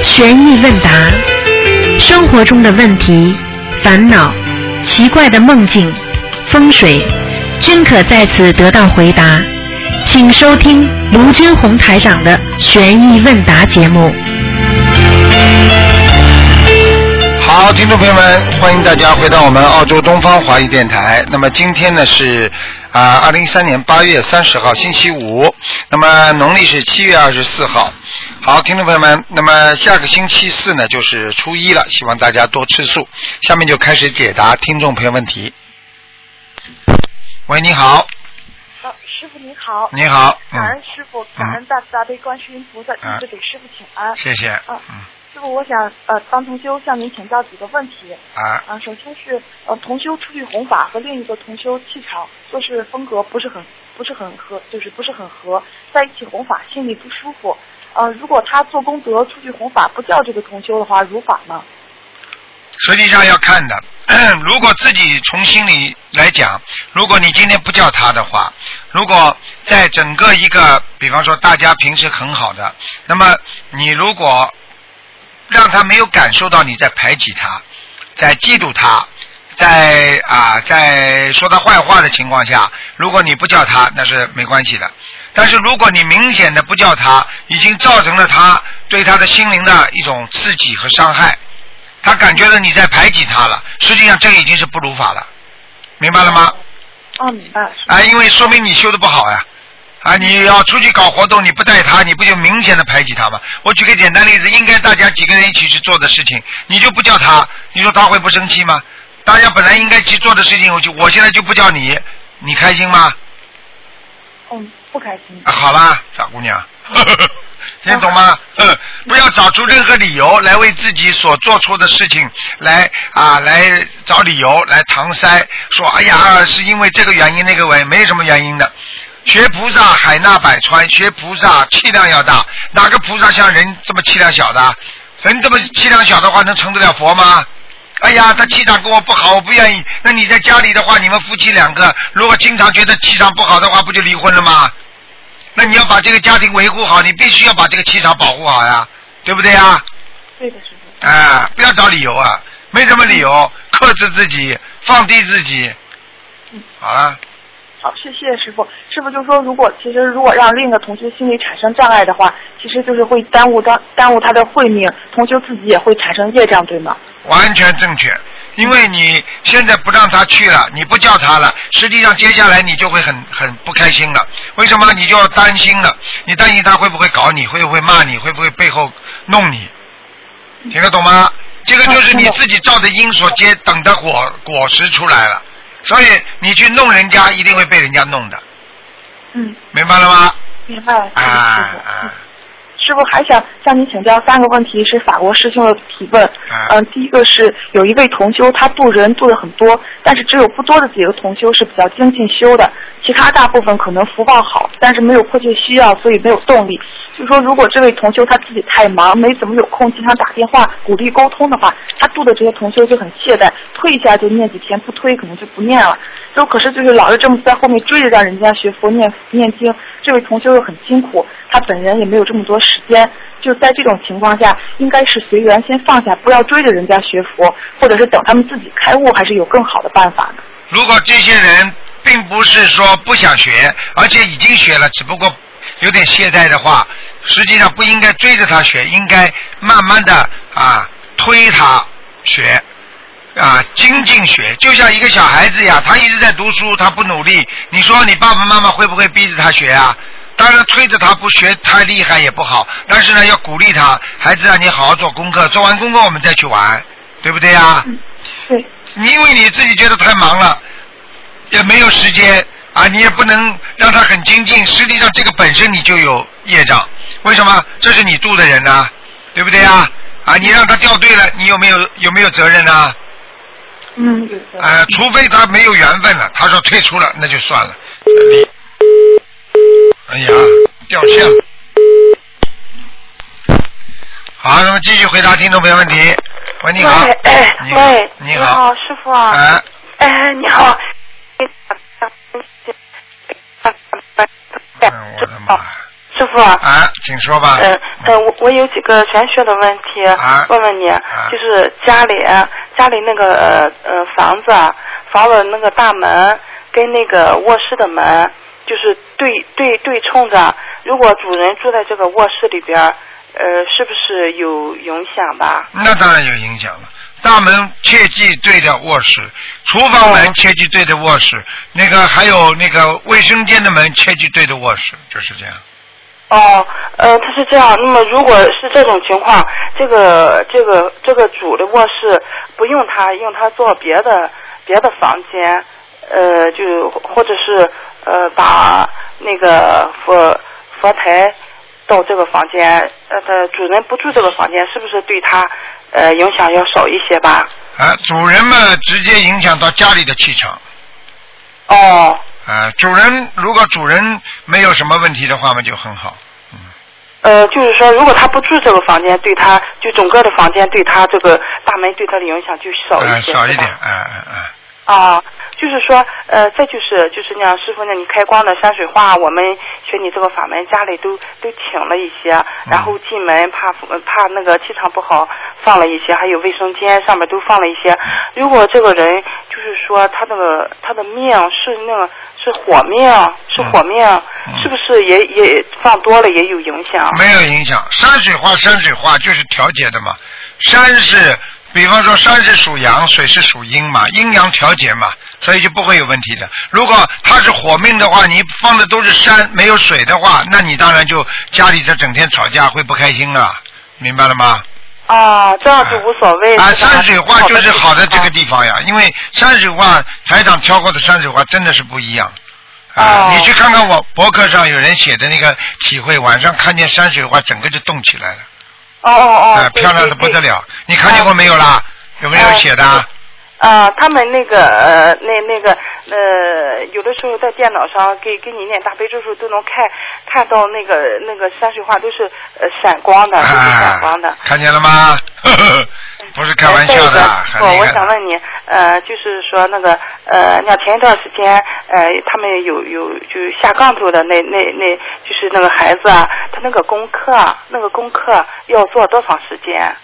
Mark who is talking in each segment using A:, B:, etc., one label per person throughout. A: 问答，生活中的问题、烦恼、奇怪的梦境、风水，均可在此得到回答。请收听卢军红台长的《悬疑问答》节目。
B: 好，听众朋友们，欢迎大家回到我们澳洲东方华语电台。那么今天呢是啊，二零一三年八月三十号，星期五。那么农历是七月二十四号。好，听众朋友们，那么下个星期四呢就是初一了，希望大家多吃素。下面就开始解答听众朋友问题。喂，你好，
C: 啊，师傅您好，
B: 你好，
C: 感
B: 嗯
C: 恩，师傅，感恩大慈大悲观世音菩萨，一直给师傅请安。
B: 谢谢，
C: 啊
B: 嗯
C: 师傅，我想呃帮同修向您请教几个问题。
B: 啊，
C: 啊，首先是呃同修出去弘法和另一个同修气场做事风格不是很不是很合，就是不是很合，在一起弘法心里不舒服。呃，如果他做功德出去弘法不叫这个同修的话，如法吗？
B: 实际上要看的。 如果自己从心里来讲，如果你今天不叫他的话，如果在整个一个，比方说大家平时很好的，那么你如果让他没有感受到你在排挤他，在嫉妒他，在啊在说他坏话的情况下，如果你不叫他，那是没关系的。但是如果你明显的不叫他，已经造成了他对他的心灵的一种刺激和伤害，他感觉到你在排挤他了，实际上这已经是不如法了，明白了吗？
D: 哦
C: 啊，明白。师
B: 啊，因为说明你修的不好呀、啊。你要出去搞活动，你不带他，你不就明显的排挤他吗？我举个简单例子，应该大家几个人一起去做的事情，你就不叫他，你说他会不生气吗？大家本来应该去做的事情，我就我现在就不叫你，你开心吗？
C: 傅嗯，不开心。
B: 啊、好啦，傻姑娘， 听得懂吗？嗯，不要找出任何理由来为自己所做错的事情来啊来找理由来搪塞，说哎呀是因为这个原因那个原因，没有什么原因的。学菩萨海纳百川，学菩萨气量要大，哪个菩萨像人这么气量小的？人这么气量小的话，能成得了佛吗？哎呀，他气场跟我不好，我不愿意。那你在家里的话，你们夫妻两个如果经常觉得气场不好的话，不就离婚了吗？那你要把这个家庭维护好，你必须要把这个气场保护好呀，对不对呀？
C: 对的，师傅。
B: 啊，不要找理由啊，没什么理由，克制自己，放低自己
C: 嗯。
B: 好了，
C: 好，谢谢师傅。师傅就说，如果其实如果让另一个同学心里产生障碍的话，其实就是会耽误当耽误他的慧命，同修自己也会产生业障，对吗？
B: 完全正确。因为你现在不让他去了，你不叫他了，实际上接下来你就会很很不开心了。为什么？你就要担心了，你担心他会不会搞你，会不会骂你，会不会背后弄你，听得懂吗？这个就是你自己造的因所结等的果果实出来了，所以你去弄人家，一定会被人家弄的，
C: 嗯，
B: 明白了吗？
C: 明白了，谢
B: 啊
C: 谢师傅。嗯
B: 啊！
C: 师傅还想向您请教三个问题，是法国师兄的提问。
B: 啊
C: 嗯、第一个是有一位同修，他度人度的很多，但是只有不多的几个同修是比较精进修的，其他大部分可能福报好，但是没有迫切需要，所以没有动力。就说如果这位同修他自己太忙，没怎么有空，经常打电话鼓励沟通的话，他度的这些同修就很懈怠，推一下就念几天，不推可能就不念了。就可是就是老是这么在后面追着让人家学佛念念经，这位同修又很辛苦，他本人也没有这么多时间。就在这种情况下，应该是随缘先放下，不要追着人家学佛，或者是等他们自己开悟，还是有更好的办法呢？
B: 如果这些人并不是说不想学，而且已经学了，只不过有点懈怠的话，实际上不应该追着他学，应该慢慢的啊推他学。啊，精进学就像一个小孩子呀，他一直在读书，他不努力，你说你爸爸妈妈会不会逼着他学啊？当然推着他不学太厉害也不好，但是呢要鼓励他，孩子啊你好好做功课，做完功课我们再去玩，对不对呀、
C: 对，
B: 你因为你自己觉得太忙了，也没有时间啊，你也不能让他很精进。实际上，这个本身你就有业障，为什么？这是你度的人呐、对不对啊？啊，你让他掉队了，你有没有有没有责任呢、啊？
C: 嗯，有的。
B: 除非他没有缘分了，他说退出了，那就算了。你哎呀，掉线了。好，那么继续回答听众朋友问题。喂，你好
D: 喂，哎，
B: 你好
D: 喂，
B: 你
D: 好，
B: 好，
D: 师傅啊，
B: 哎，
D: 哎，你好，
B: 嗯，我的妈呀！
D: 师傅啊，
B: 啊，请说吧。
D: 嗯嗯，我我有几个玄学的问题
B: 啊
D: 问问你，就是家里家里那个呃呃房子啊，房子那个大门跟那个卧室的门就是对对对冲着，如果主人住在这个卧室里边儿，呃，是不是有影响吧？
B: 那当然有影响了。大门切记对着卧室，厨房门切记对着卧室，那个还有那个卫生间的门切记对着卧室，就是这样。
D: 哦，呃，他是这样。那么，如果是这种情况，这个这个这个主的卧室不用它，用它做别的别的房间，呃，就或者是呃把那个佛佛台到这个房间，呃，的主人不住这个房间，是不是对他呃影响要少一些吧？
B: 啊，主人嘛，直接影响到家里的气场。
D: 哦，
B: 啊，主人如果主人没有什么问题的话嘛，就很好。
D: 呃，就是说，如果他不住这个房间，对他就整个的房间对他这个大门对他的影响就少
B: 啊，
D: 一些，
B: 少
D: 哦是
B: 一
D: 吧
B: 点，啊啊啊，
D: 啊，就是说，呃，再就是就是那样，师傅呢，你开光的山水画，我们学你这个法门，家里都都请了一些，然
B: 嗯
D: 后进门怕呃怕那个气场不好，放了一些，还有卫生间上面都放了一些。如果这个人就是说他那个他的命是那个是火命，是
B: 嗯
D: 火命，是不是也也放多了也有影响？
B: 没有影响。山水画，山水画就是调节的嘛。山是，比方说山是属阳，水是属阴嘛，阴阳调节嘛，所以就不会有问题的。如果它是火命的话，你放的都是山，没有水的话，那你当然就家里这整天吵架会不开心了，明白了吗？
D: 啊，这样就无所谓。
B: 啊，
D: 是吧
B: 山水画就是好的这
D: 啊
B: 个地方呀，因为山水画台长挑过的山水画真的是不一样。啊，
D: 哦
B: 你去看看我博客上有人写的那个体会，晚上看见山水画，整个就动起来了，
D: 哦哦
B: 啊
D: 哦，，对
B: 漂亮的不得。了。你看见过没有啦？有没有
D: 嗯
B: 写的啊？
D: 啊、他们那个呃，那那个呃，有的时候在电脑上给给你念大悲咒时候都能看看到那个那个山水画都是呃闪光的，都是闪光的
B: 啊。，看见了吗？呵呵不是 开玩
D: 再
B: 笑
D: 一个
B: 的啊，很
D: 我
B: 厉
D: 哦我
B: 害
D: 想
B: 的。
D: 问你，呃，就是说那个呃，那前一段时间，呃，他们有有就是下杠头的那那那，就是那个孩子啊，他那个功课啊那个功课要做多长时间？啊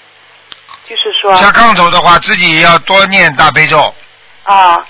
D: 就是说
B: 下杠头的话，自己要多念大悲咒
D: 啊。
B: 啊。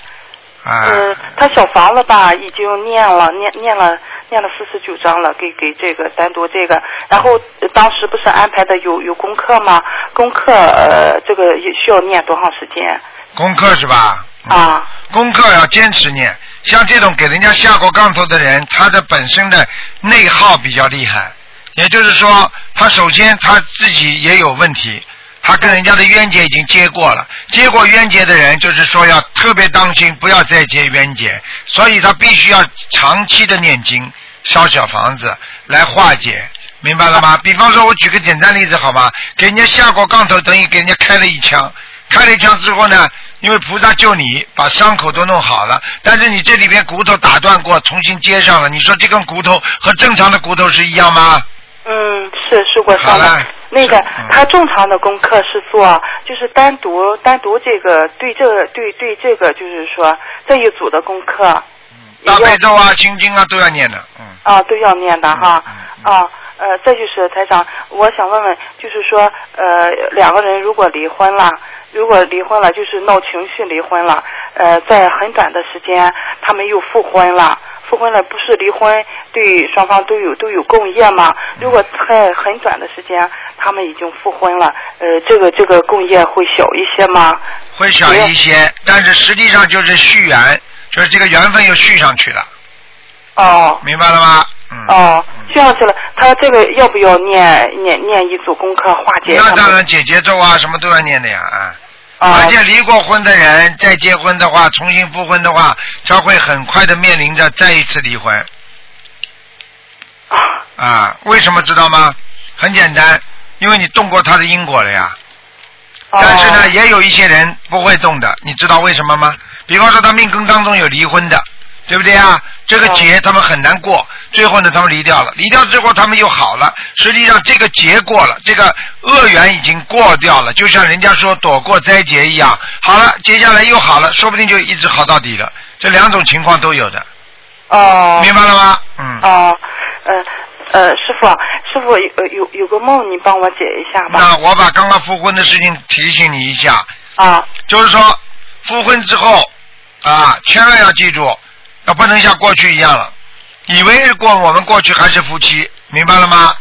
D: 嗯，他小房子吧，已经念了，念念了，念了四十九章了，给给这个单独这个，然后呃当时不是安排的有有功课吗？功课呃，这个也需要念多长时间
B: 功课是吧？嗯
D: 啊？
B: 功课要坚持念。像这种给人家下过杠头的人，他的本身的内耗比较厉害，也就是说，他首先他自己也有问题，他跟人家的冤结已经结过了，结过冤结的人，就是说要特别当心，不要再结冤结，所以他必须要长期的念经，烧小房子来化解。明白了吗？比方说，我举个简单例子好吗？给人家下过杠头，等于给人家开了一枪。开了一枪之后呢，因为菩萨救你，把伤口都弄好了，但是你这里边骨头打断过，重新接上了。你说这根骨头和正常的骨头是一样吗？
D: 嗯，是是过上的
B: 好了。
D: 那个
B: 是嗯
D: 他正常的功课是做，就是单独单独这个对这个对对这个就是说这一组的功课，也要
B: 大悲咒啊、心经啊都要念的，嗯。
D: 啊，都要念的哈
B: 嗯，
D: 啊，呃，再就是台长，我想问问，就是说，呃，两个人如果离婚了，如果离婚了，就是闹情绪离婚了，呃，在很短的时间，他们又复婚了。复婚了不是离婚，对双方都有都有共业嘛？如果在很短的时间，他们已经复婚了，呃，这个这个共业会小一些吗？
B: 会小一些，但是实际上就是续缘，就是这个缘分又续上去了，
D: 哦
B: 明白了吗？嗯。
D: 哦，这样去了，他这个要不要念念念一组功课化解他
B: 那
D: 们？
B: 当然，姐姐咒啊，什么都要念的呀啊。
D: 啊
B: 而且离过婚的人再结婚的话，重新复婚的话，他会很快的面临着再一次离婚
D: 啊
B: 啊。为什么知道吗？很简单，因为你动过他的因果了呀。但是呢，
D: 哦
B: 也有一些人不会动的，你知道为什么吗？比方说他命根当中有离婚的，对不对啊？这个劫他们很难过，最后呢，他们离掉了，离掉之后他们又好了。实际上这个劫过了，这个恶缘已经过掉了，就像人家说躲过灾劫一样，好了，接下来又好了，说不定就一直好到底了。这两种情况都有的，
D: 哦，
B: 明白了吗？嗯。
D: 哦，呃，呃，师傅，师傅有呃有有个梦，你帮我解一下吧。
B: 那我把刚刚复婚的事情提醒你一下，
D: 啊，
B: 就是说复婚之后啊，千万要记住，要不能像过去一样了，以为过我们过去还是夫妻，明白了吗？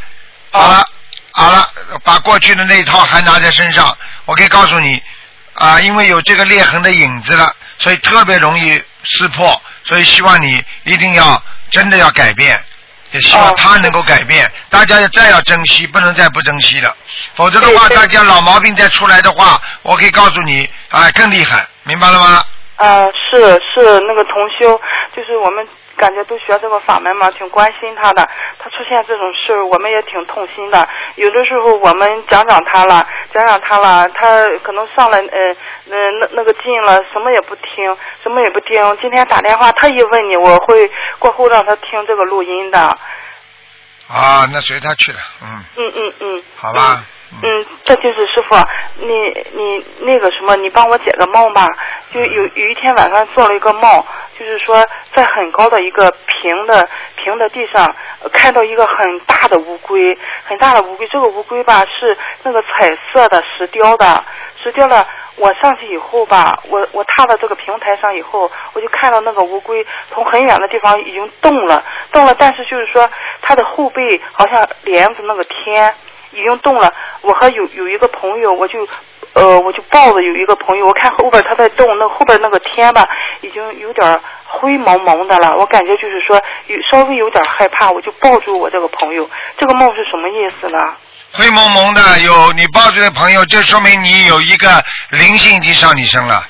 B: 好了，好了，把过去的那一套还拿在身上，我可以告诉你啊，因为有这个裂痕的影子了，所以特别容易撕破，所以希望你一定要真的要改变。也希望
D: 哦
B: 他能够改变，大家要再要珍惜，不能再不珍惜了，否则的话，
D: 对对
B: 大家老毛病再出来的话，我可以告诉你，哎，更厉害，明白了吗？
D: 呃，是是那个同修，就是我们感觉都学这个法门嘛，挺关心他的。他出现这种事儿，我们也挺痛心的。有的时候我们讲讲他了，讲讲他了，他可能上了呃呃那那个劲了，什么也不听，什么也不听。今天打电话，他一问你，我会过后让他听这个录音的。
B: 啊，那随他去了，嗯，
D: 嗯嗯嗯，
B: 好吧，嗯，
D: 嗯，这就是师傅，你你那个什么，你帮我解个梦吧。就有有一天晚上做了一个梦，就是说在很高的一个平的平的地上、呃看到一个很大的乌龟，很大的乌龟。这个乌龟吧是那个彩色的石雕的，石雕的。我上去以后吧，我我踏到这个平台上以后，我就看到那个乌龟从很远的地方已经动了，动了，但是就是说它的后背好像连着那个天。已经动了。我和有有一个朋友，我就呃，我就抱着有一个朋友，我看后边他在动，那后边那个天吧，已经有点灰蒙蒙的了。我感觉就是说有稍微有点害怕，我就抱住我这个朋友。这个梦是什么意思呢？
B: 灰蒙蒙的，有你抱着的朋友，这说明你有一个灵性已经上你身了，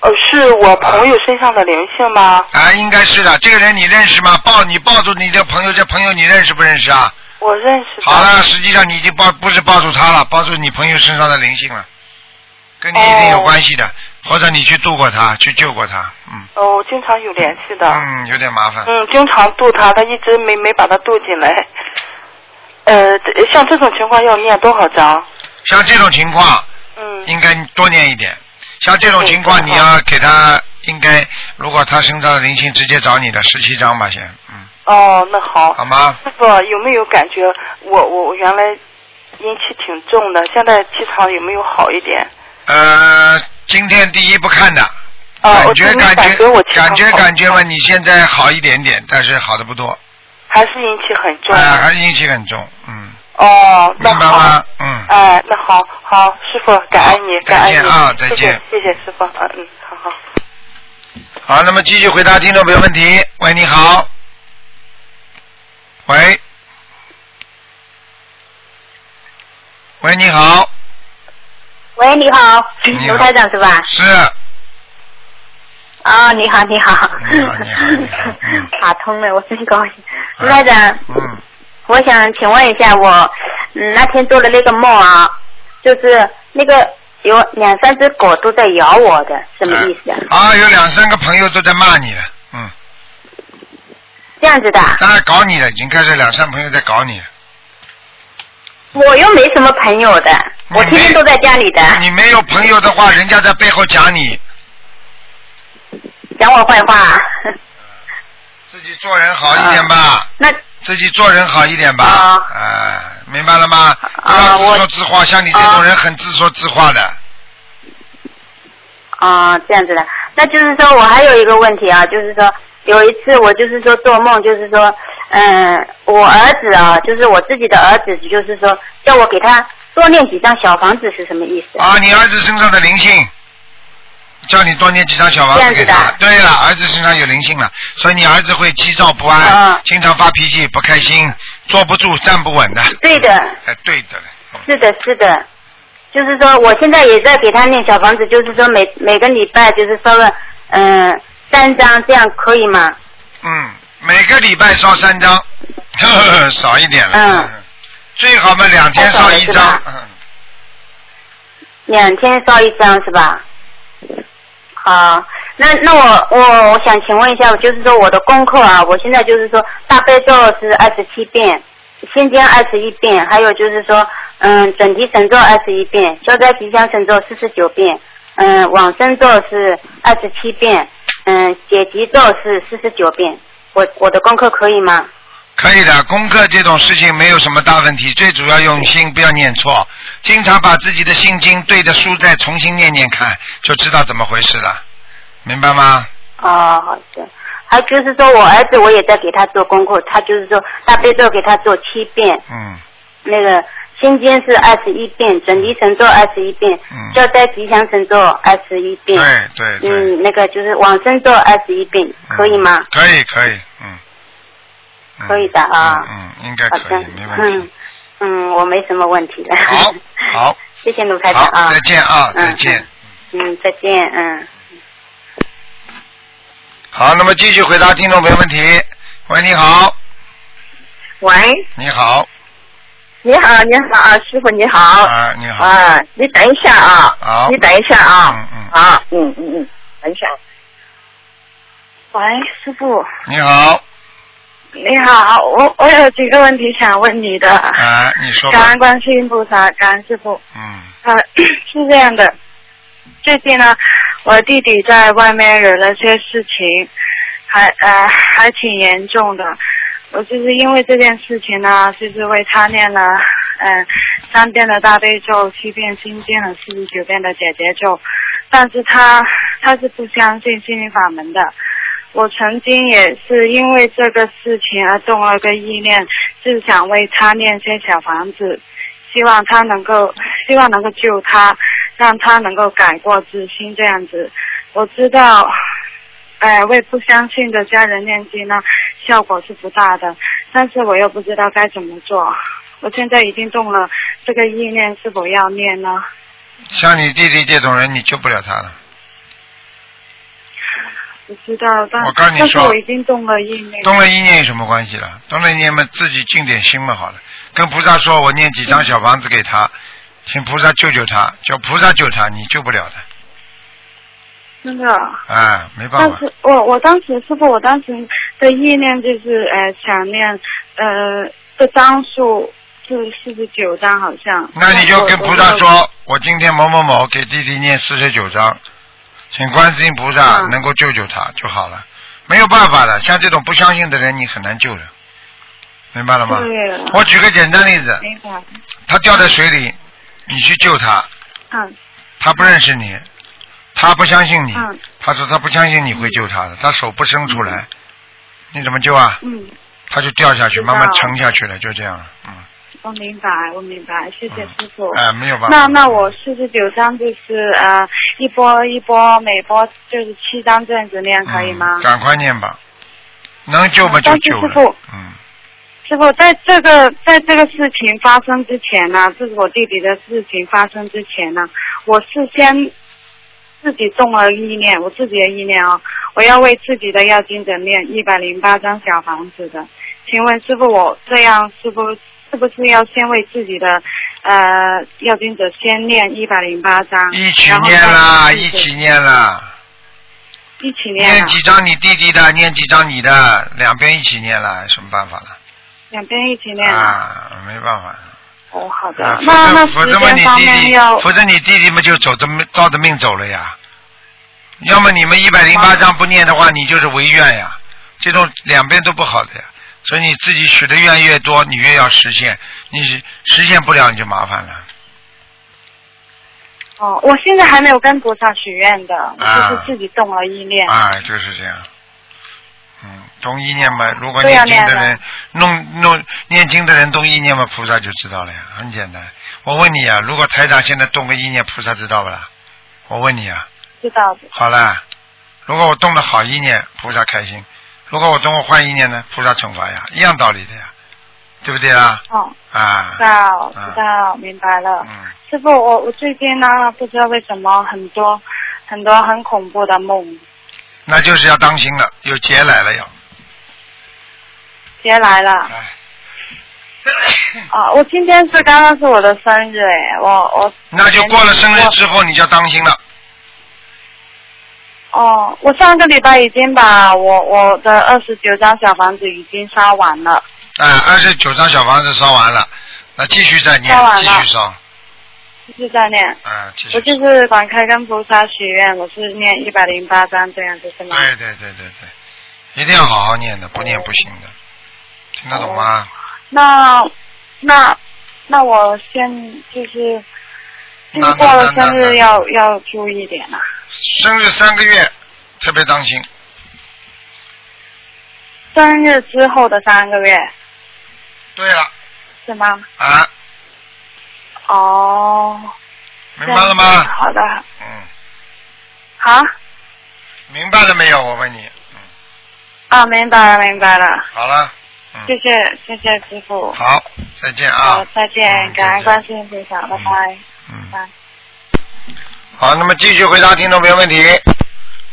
D: 呃，是我朋友身上的灵性吗？
B: 啊，应该是的。这个人你认识吗？抱你抱住你的朋友，这朋友你认识不认识啊？
D: 我认识的。
B: 好了，实际上你已经抱不是抱住他了，抱住你朋友身上的灵性了，跟你一定有关系的，或者你去度过他，去救过他，嗯，
D: 哦，我经常有联系的。
B: 嗯，有点麻烦，
D: 嗯，经常渡他，他一直没没把他渡进来。呃，这像这种情况要念多少
B: 嗯
D: 章？
B: 像这种情况
D: 嗯。
B: 应该多念一点，像这种情况
D: 嗯
B: 你要给他应该，如果他身上的灵性直接找你的十七张吧先，嗯，
D: 哦，那好。
B: 好吗？
D: 师傅有没有感觉我我我原来阴气挺重的，现在气场有没有好一点？
B: 呃，今天第一不看的。
D: 啊
B: 感
D: 我
B: 觉
D: 今天
B: 感
D: 感觉
B: 觉
D: 我
B: 感觉
D: 气场好
B: 感觉嘛，你现在好一点点，但是好的不多，
D: 还是阴气很重？啊
B: 哎、还是阴气很重，嗯，
D: 哦，
B: 明
D: 那
B: 白
D: 好
B: 吗。？嗯。
D: 哎，那好好，师傅，感恩你，
B: 好
D: 感恩
B: 再见
D: 你
B: 啊再见
D: 谢谢，谢谢师傅，嗯嗯，好好。
B: 好，那么继续回答听众朋友问题。喂，你好。喂。喂，你好。
E: 喂，你好
B: 你好，
E: 卢台长是吧？
B: 是，
E: 啊、你好，你好，
B: 嗯你好你好你好嗯
E: 打通了，我真高兴。卢台长，
B: 嗯，
E: 我想请问一下我，嗯，那天做的那个梦啊，就是那个有两三只狗都在咬我的，什么意思啊？
B: 啊，有两三个朋友都在骂你了，嗯，
E: 这样子的啊，
B: 大家搞你了，已经开始两三朋友在搞你了。
E: 我又没什么朋友的，
B: 你
E: 我天
B: 没
E: 天都在家里的，
B: 你没有朋友的话，人家在背后讲你，
E: 讲我坏话啊。
B: 自己做人好一点吧。
E: 啊那
B: 自己做人好一点吧，
E: 啊
B: 啊、明白了吗？不要
E: 啊
B: 自
E: 我
B: 说自话，像你这种人很自说自话的，
E: 啊、这样子的。那就是说我还有一个问题啊，就是说有一次我就是说做梦，就是说，嗯，我儿子啊，就是我自己的儿子，就是说叫我给他多念几张小房子是什么意思？
B: 啊，你儿子身上的灵性，叫你多念几张小房子给
E: 这样
B: 他
E: 子的。
B: 对了，儿子身上有灵性了，所以你儿子会急躁不安，
E: 啊
B: 经常发脾气，不开心，坐不住，站不稳的。
E: 对的，
B: 哎，对的了，嗯
E: 是的，是的。就是说，我现在也在给他念小房子，就是说每每个礼拜就是稍微，嗯、三张，这样可以吗？
B: 嗯，每个礼拜烧三张， 呵呵呵少一点了。
E: 嗯，
B: 最好嘛，两天
E: 太少
B: 烧
E: 了
B: 一
E: 是
B: 张
E: 吧。
B: 嗯，
E: 两天烧一张是吧？好，那那我我我想请问一下，就是说我的功课啊，我现在就是说大悲咒是二十七遍，心经二十一遍，还有就是说嗯准提神咒二十一遍，消灾吉祥神咒四十九遍，嗯往生咒是二十七遍，嗯解结咒是四十九遍，我我的功课可以吗？
B: 可以的，功课这种事情没有什么大问题，最主要用心，不要念错。经常把自己的心经对着书再重新念念看，就知道怎么回事了，明白吗？嗯
E: 哦，好的。还就是说我儿子我也在给他做功课，他就是说大悲咒给他做七遍，
B: 嗯，
E: 那个心经是二十一遍，准提神咒二十一遍
B: 嗯，
E: 消灾吉祥神咒二十一遍，
B: 对对嗯对，
E: 嗯，那个就是往生咒二十一遍，可以吗？
B: 可以可以，嗯，嗯
E: 可以的啊
B: 嗯，嗯应该
E: 好
B: 可
E: 的
B: 以，没，问
E: 嗯
B: 题。
E: 嗯，我没什么问题了。
B: 好，好，
E: 谢谢卢台长
B: 好，
E: 啊
B: 再，见啊，
E: 嗯
B: 再见。
E: 嗯，再见，嗯。
B: 好，那么继续回答听众朋友问题。喂，你好，
F: 喂，
B: 你好，
F: 你好，你好啊，师傅你好。
B: 啊，你好，
F: 啊，你等一下啊。
B: 好
F: 你等一下啊。
B: 嗯嗯
F: 啊，嗯嗯嗯，等一下。喂，师傅，
B: 嗯你好，
F: 你好，我我有几个问题想问你的。
B: 啊，你说
F: 感
B: 吧
F: 恩，观世音菩萨，感恩师傅。
B: 嗯，
F: 啊， 是这样的，最近呢，我弟弟在外面惹了些事情，还呃还挺严重的。我就是因为这件事情呢，就是为他念了呃三遍的大悲咒，七遍心经和四十九遍的姐姐咒，但是他他是不相信心灵法门的。我曾经也是因为这个事情而动了个意念，就是想为他念些小房子，希望他能够，希望能够救他，让他能够改过自新这样子。我知道，哎、为不相信的家人念经呢，效果是不大的，但是我又不知道该怎么做。我现在已经动了这个意念，是否要念呢？
B: 像你弟弟这种人，你救不了他了。
F: 不知道，但
B: 我跟你
F: 但是
B: 说
F: 我已经动了意念。
B: 动了一念有什么关系了？动了一念嘛，自己尽点心嘛，好了。跟菩萨说，我念几张小房子给他，请菩萨救救他，叫菩萨救他，你救不了的，
F: 真的。
B: 啊，没办
F: 但
B: 法，
F: 是我我当时师傅，我当时的意念就是呃想念呃的张数是四十九张好像。
B: 那你就跟菩萨
F: 但是我。
B: 说，我今天某某某给弟弟念四十九章，请观世音菩萨
F: 嗯
B: 能够救救他就好了。没有办法的，像这种不相信的人，你很难救的，明白了吗？
F: 对
B: 我举个简单例
G: 哎
B: 子，
F: 明白。
B: 他掉在水里，你去救他，
F: 嗯
B: 他不认识你，他不相信你，
F: 嗯
B: 他说他不相信你会救他的，他手不伸出来，你怎么救啊？
F: 嗯，
B: 他就掉下去，
F: 知道
B: 慢慢沉下去了，就这样了，嗯，
F: 我明白，我明白，谢谢师傅。
B: 哎，没有办法。
F: 那那我四十九张就是呃一波一波，每波就是七张这样子念可以吗
B: 嗯？赶快念吧，能救嘛就救
F: 但是师
B: 了
F: 傅，
B: 嗯，
F: 师傅，在这个在这个事情发生之前呢，这是我弟弟的事情发生之前呢，我是先自己动了意念，我自己的意念哦，我要为自己的要经者念一百零八张小房子的。请问师傅，我这样是不是不是要先为自己的呃要经者先念一百零八张？
B: 一起
F: 嗯然后
B: 念啦，
F: 再
B: 一起念啦，
F: 一起念
B: 念
F: 啊，
B: 几张你弟弟的，念几张你的，两边一起念啦，有什么办法了？
F: 两边一起念啊。
B: 啊，没办法。
F: 哦，好的。
B: 啊，
F: 那那
B: 否
F: 时
B: 则嘛，
F: 间
B: 你
F: 方
B: 弟
F: 面
B: 弟
F: 要，
B: 否则你弟弟们就走着命照着命走了呀。要么你们一百零八章不念的话，你就是违愿呀。这种两边都不好的呀。所以你自己许的愿越多，你越要实现。你实实现不了，你就麻烦了。
F: 哦，我现在还没有跟菩萨许愿的，
B: 啊
F: 就是自己动了意念。
B: 啊，就是这样。嗯，动意念嘛，如果
F: 对呀
B: 念经的
F: 对呀
B: 人、弄弄念经的人动意念嘛，菩萨就知道了呀，很简单。我问你啊，如果台长现在动个意念，菩萨知道不啦？我问你啊。
F: 知道的。
B: 好了，如果我动了好意念，菩萨开心；如果我动了坏意念呢，菩萨惩罚呀，一样道理的呀，对不对啊？
F: 哦，
B: 啊
F: 知，道，
B: 嗯
F: 知道，明白了。
B: 嗯，
F: 师傅，我我最近呢，不知道为什么很多很多很恐怖的梦
B: 那就是要当心了，有劫来了要。
F: 接来了。
B: 哎，
F: 啊，我今天是刚刚是我的生日，哎，我我。
B: 那就过了生日之后，你就要当心了。
F: 哦，我上个礼拜已经把我我的二十九张小房子已经烧完了，
B: 哎，二十九张小房子烧完了，那继续再念
F: 烧，完
B: 继
F: 了
B: 续烧，
F: 就是在念。
B: 啊，继续
F: 我。就是赶快跟菩萨许愿，我是念一百零八章这样子是吗？
B: 哎对对对对对，一定要好好念的，不念不行的，听得懂吗？
F: 那那那我先就是就是
B: 那
F: 过
B: 那
F: 了
B: 那
F: 生
B: 那
F: 日要要注意点啊。
B: 生日三个月，特别当心，
F: 生日之后的三个月
B: 对了，
F: 是吗？
B: 啊，
F: 哦，
B: 明白了吗？
F: 好的，
B: 嗯，
F: 好
B: 明白了没有？我问你，
F: 啊，明白了，明白了，
B: 好了，
F: 谢谢谢谢师傅，
B: 嗯好，再见
F: 好
B: 啊。
F: 再见
B: 嗯，
F: 感
B: 再
F: 恩
B: 见
F: 关心分享，拜拜。
B: 嗯
F: 拜。
B: 好，那么继续回答听众朋友问题。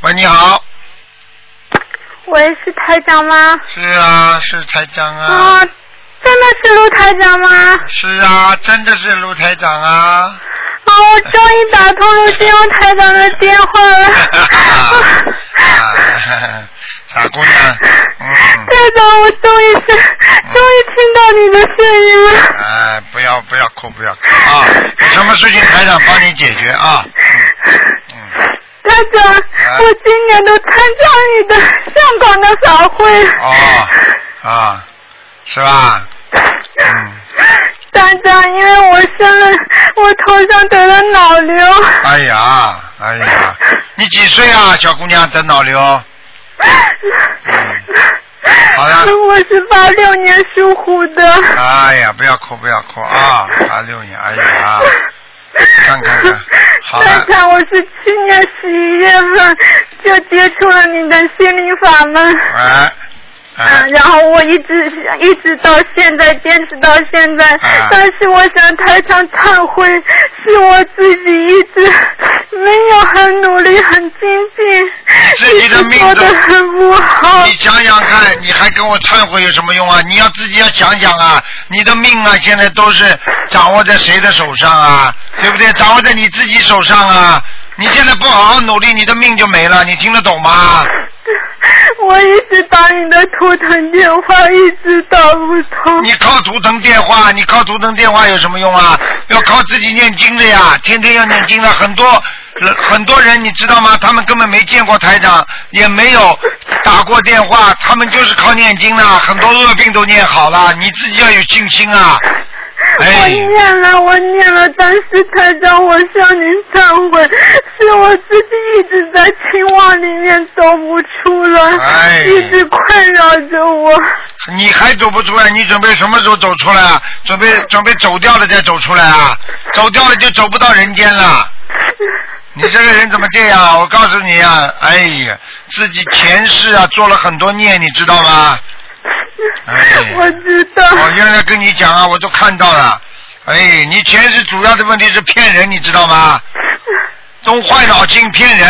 B: 喂，你好，
H: 喂，是台长吗？
B: 是啊，是台长啊，
H: 啊，真的是卢台长吗？
B: 是啊，真的是卢台长啊。
H: 啊，我终于打通卢金庸台长的电话 了。
B: 啊， 傻姑娘，嗯，
H: 台长，我终于是终于听到你的声音了。
B: 哎，不要不要哭，不要哭啊！有什么事情台长帮你解决啊？嗯嗯，
H: 台长，我今年都参加你的香港的法会。
B: 哦，啊，是吧？嗯，
H: 台长，因为我生了，我头上得了脑瘤，
B: 哎呀，哎呀，你几岁啊，小姑娘？得脑瘤？好呀
H: 我是八六年属虎的。
B: 哎呀，不要哭，不要哭啊！八六年，哎呀，看看看，好了
H: 看，看，我是去年十一月份就接触了你的心灵法门，
B: 哎，哎
H: 嗯，，然后我一直一直到现在坚持到现在
B: 啊，
H: 但是我想台上忏悔，是我自己一直没有很努力、很精
B: 自
H: 进，
B: 己
H: 一
B: 的
H: 直
B: 命
H: 做
B: 都
H: 的很不好
B: 你。想想看，你还跟我忏悔有什么用啊？你要自己要想想啊，你的命啊，现在都是掌握在谁的手上啊？对不对？掌握在你自己手上啊！你现在不好好努力，你的命就没了，你听得懂吗？
H: 我一直打你的图腾电话，一直打不通。
B: 你靠图腾电话，你靠图腾电话有什么用啊？要靠自己念经的呀，天天要念经的。很多很多人你知道吗？他们根本没见过台长，也没有打过电话，他们就是靠念经的。很多恶病都念好了，你自己要有信心啊！
H: 我
B: 哎，
H: 念了，我念了，但是台长，我向您忏悔，是我自己一直在情网里面走不出来，
B: 哎
H: 一直困扰着我。
B: 你还走不出来，你准备什么时候走出来啊？准备准备走掉了再走出来啊？走掉了就走不到人间了。你这个人怎么这样？我告诉你啊，哎呀，自己前世啊做了很多孽，你知道吗？哎
H: 我知道，
B: 我原来跟你讲啊，我都看到了。哎，你前世主要的问题是骗人，你知道 吗？动坏脑筋骗人。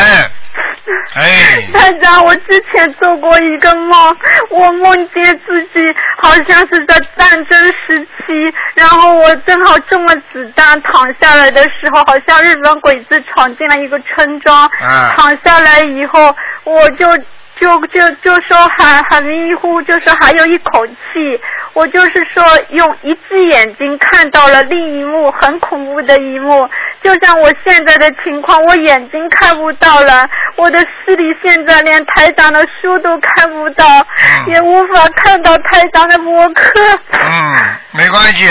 B: 哎，
H: 台长，我之前做过一个梦，我梦见自己好像是在战争时期，然后我正好中了子弹，躺下来的时候，好像日本鬼子闯进了一个村庄，
B: 嗯
H: 躺下来以后，我就。就就就说喊喊了一呼，就说还有一口气，我就是说用一只眼睛看到了另一幕很恐怖的一幕，就像我现在的情况，我眼睛看不到了，我的视力现在连台长的书都看不到，也无法看到台长的博客。
B: 嗯，没关系。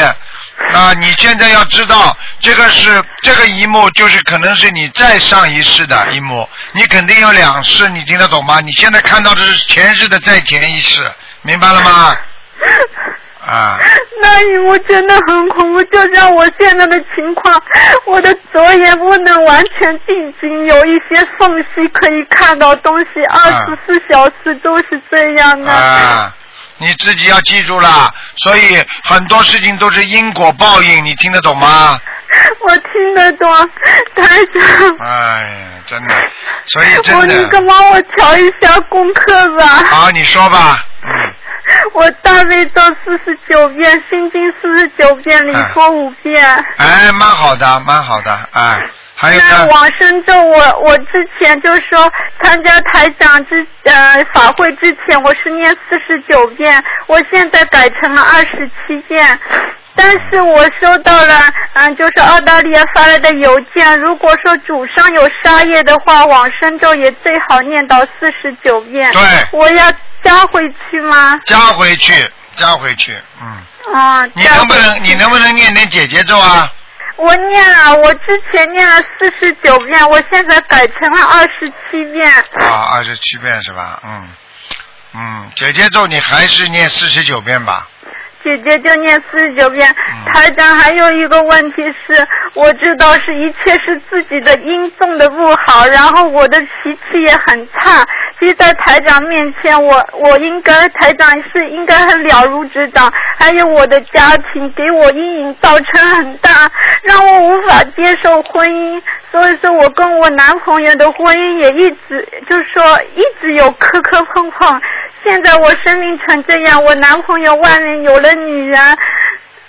B: 啊，你现在要知道，这个是这个一幕，就是可能是你再上一世的一幕，你肯定有两世，你听得懂吗？你现在看到的是前世的再前一世，明白了吗？啊，
H: 那一幕真的很恐怖，就像我现在的情况，我的左眼不能完全定睛，有一些缝隙可以看到东西，二十四小时都是这样的。
B: 啊，你自己要记住了，所以很多事情都是因果报应，你听得懂吗？
H: 我听得懂，台长。
B: 哎呀，真的，所以
H: 我
B: 真
H: 你
B: 的，
H: 帮我调一下功课吧。
B: 好，你说吧，嗯，
H: 我大悲咒四十九遍，心经四十九遍，
B: 啊
H: 礼佛五遍。
B: 哎，蛮好的，蛮好的，哎，还有
H: 那
B: 呢，
H: 往生咒我，我之前就说参加台长之呃法会之前，我是念四十九遍，我现在改成了二十七遍。但是我收到了，嗯，就是澳大利亚发来的邮件，如果说主上有杀业的话，往生咒也最好念到四十九遍。
B: 对
H: 我要加回去吗？
B: 加回去，加回去，嗯。
H: 啊，
B: 你
H: 加
B: 能不
H: 回
B: 能
H: 去
B: 你能不能念点姐姐咒啊？
H: 我念了，我之前念了四十九遍，我现在改成了二十七遍。
B: 啊，二十七遍是吧？嗯，嗯，姐姐咒你还是念四十九遍吧。
H: 姐姐就念四十九遍。台长还有一个问题是，我知道是一切是自己的因种的不好，然后我的脾气也很差。其实，在台长面前，我我应该台长是应该很了如指掌，还有我的家庭给我阴影造成很大，让我无法接受婚姻。所以说我跟我男朋友的婚姻也一直就是说一直有磕磕碰碰。现在我生病成这样，我男朋友外面有了女人，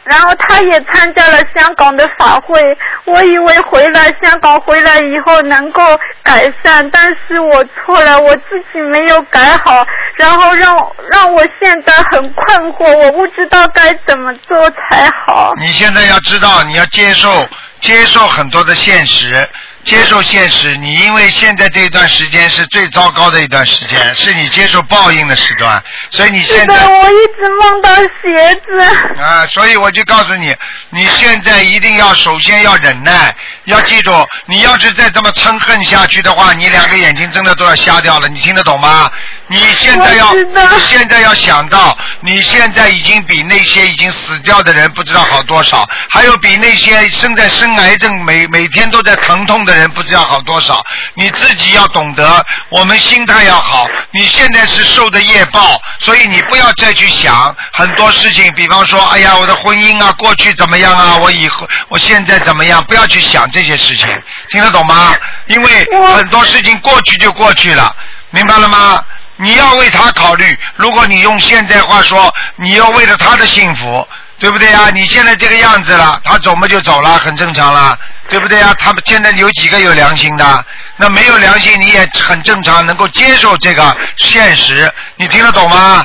H: 然后他也参加了香港的法会。我以为回来香港回来以后能够改善，但是我错了，我自己没有改好，然后让让我现在很困惑，我不知道该怎么做才好。
B: 你现在要知道，你要接受接受很多的现实，接受现实。你因为现在这一段时间是最糟糕的一段时间，是你接受报应的时段，所以你
H: 是
B: 现
H: 的，
B: 在
H: 我一直梦到鞋子。
B: 啊，所以我就告诉你，你现在一定要首先要忍耐，要记住，你要是再这么嗔恨下去的话，你两个眼睛真的都要瞎掉了，你听得懂吗？你现在要，
H: 我知道
B: 你现在要想到，你现在已经比那些已经死掉的人不知道好多少，还有比那些正在生癌症每每天都在疼痛的人不知道好多少。你自己要懂得，我们心态要好。 你现在是受的业报，所以你不要再去想很多事情，比方说，哎呀，我的婚姻啊，过去怎么样啊，我以后我现在怎么样，不要去想这些事情，听得懂吗？因为很多事情过去就过去了。明白了吗？你要为他考虑。如果你用现在话说，你要为了他的幸福，对不对呀？你现在这个样子了，他走嘛就走了，很正常啦，对不对呀？他们现在有几个有良心的？那没有良心，你也很正常，能够接受这个现实，你听得懂吗？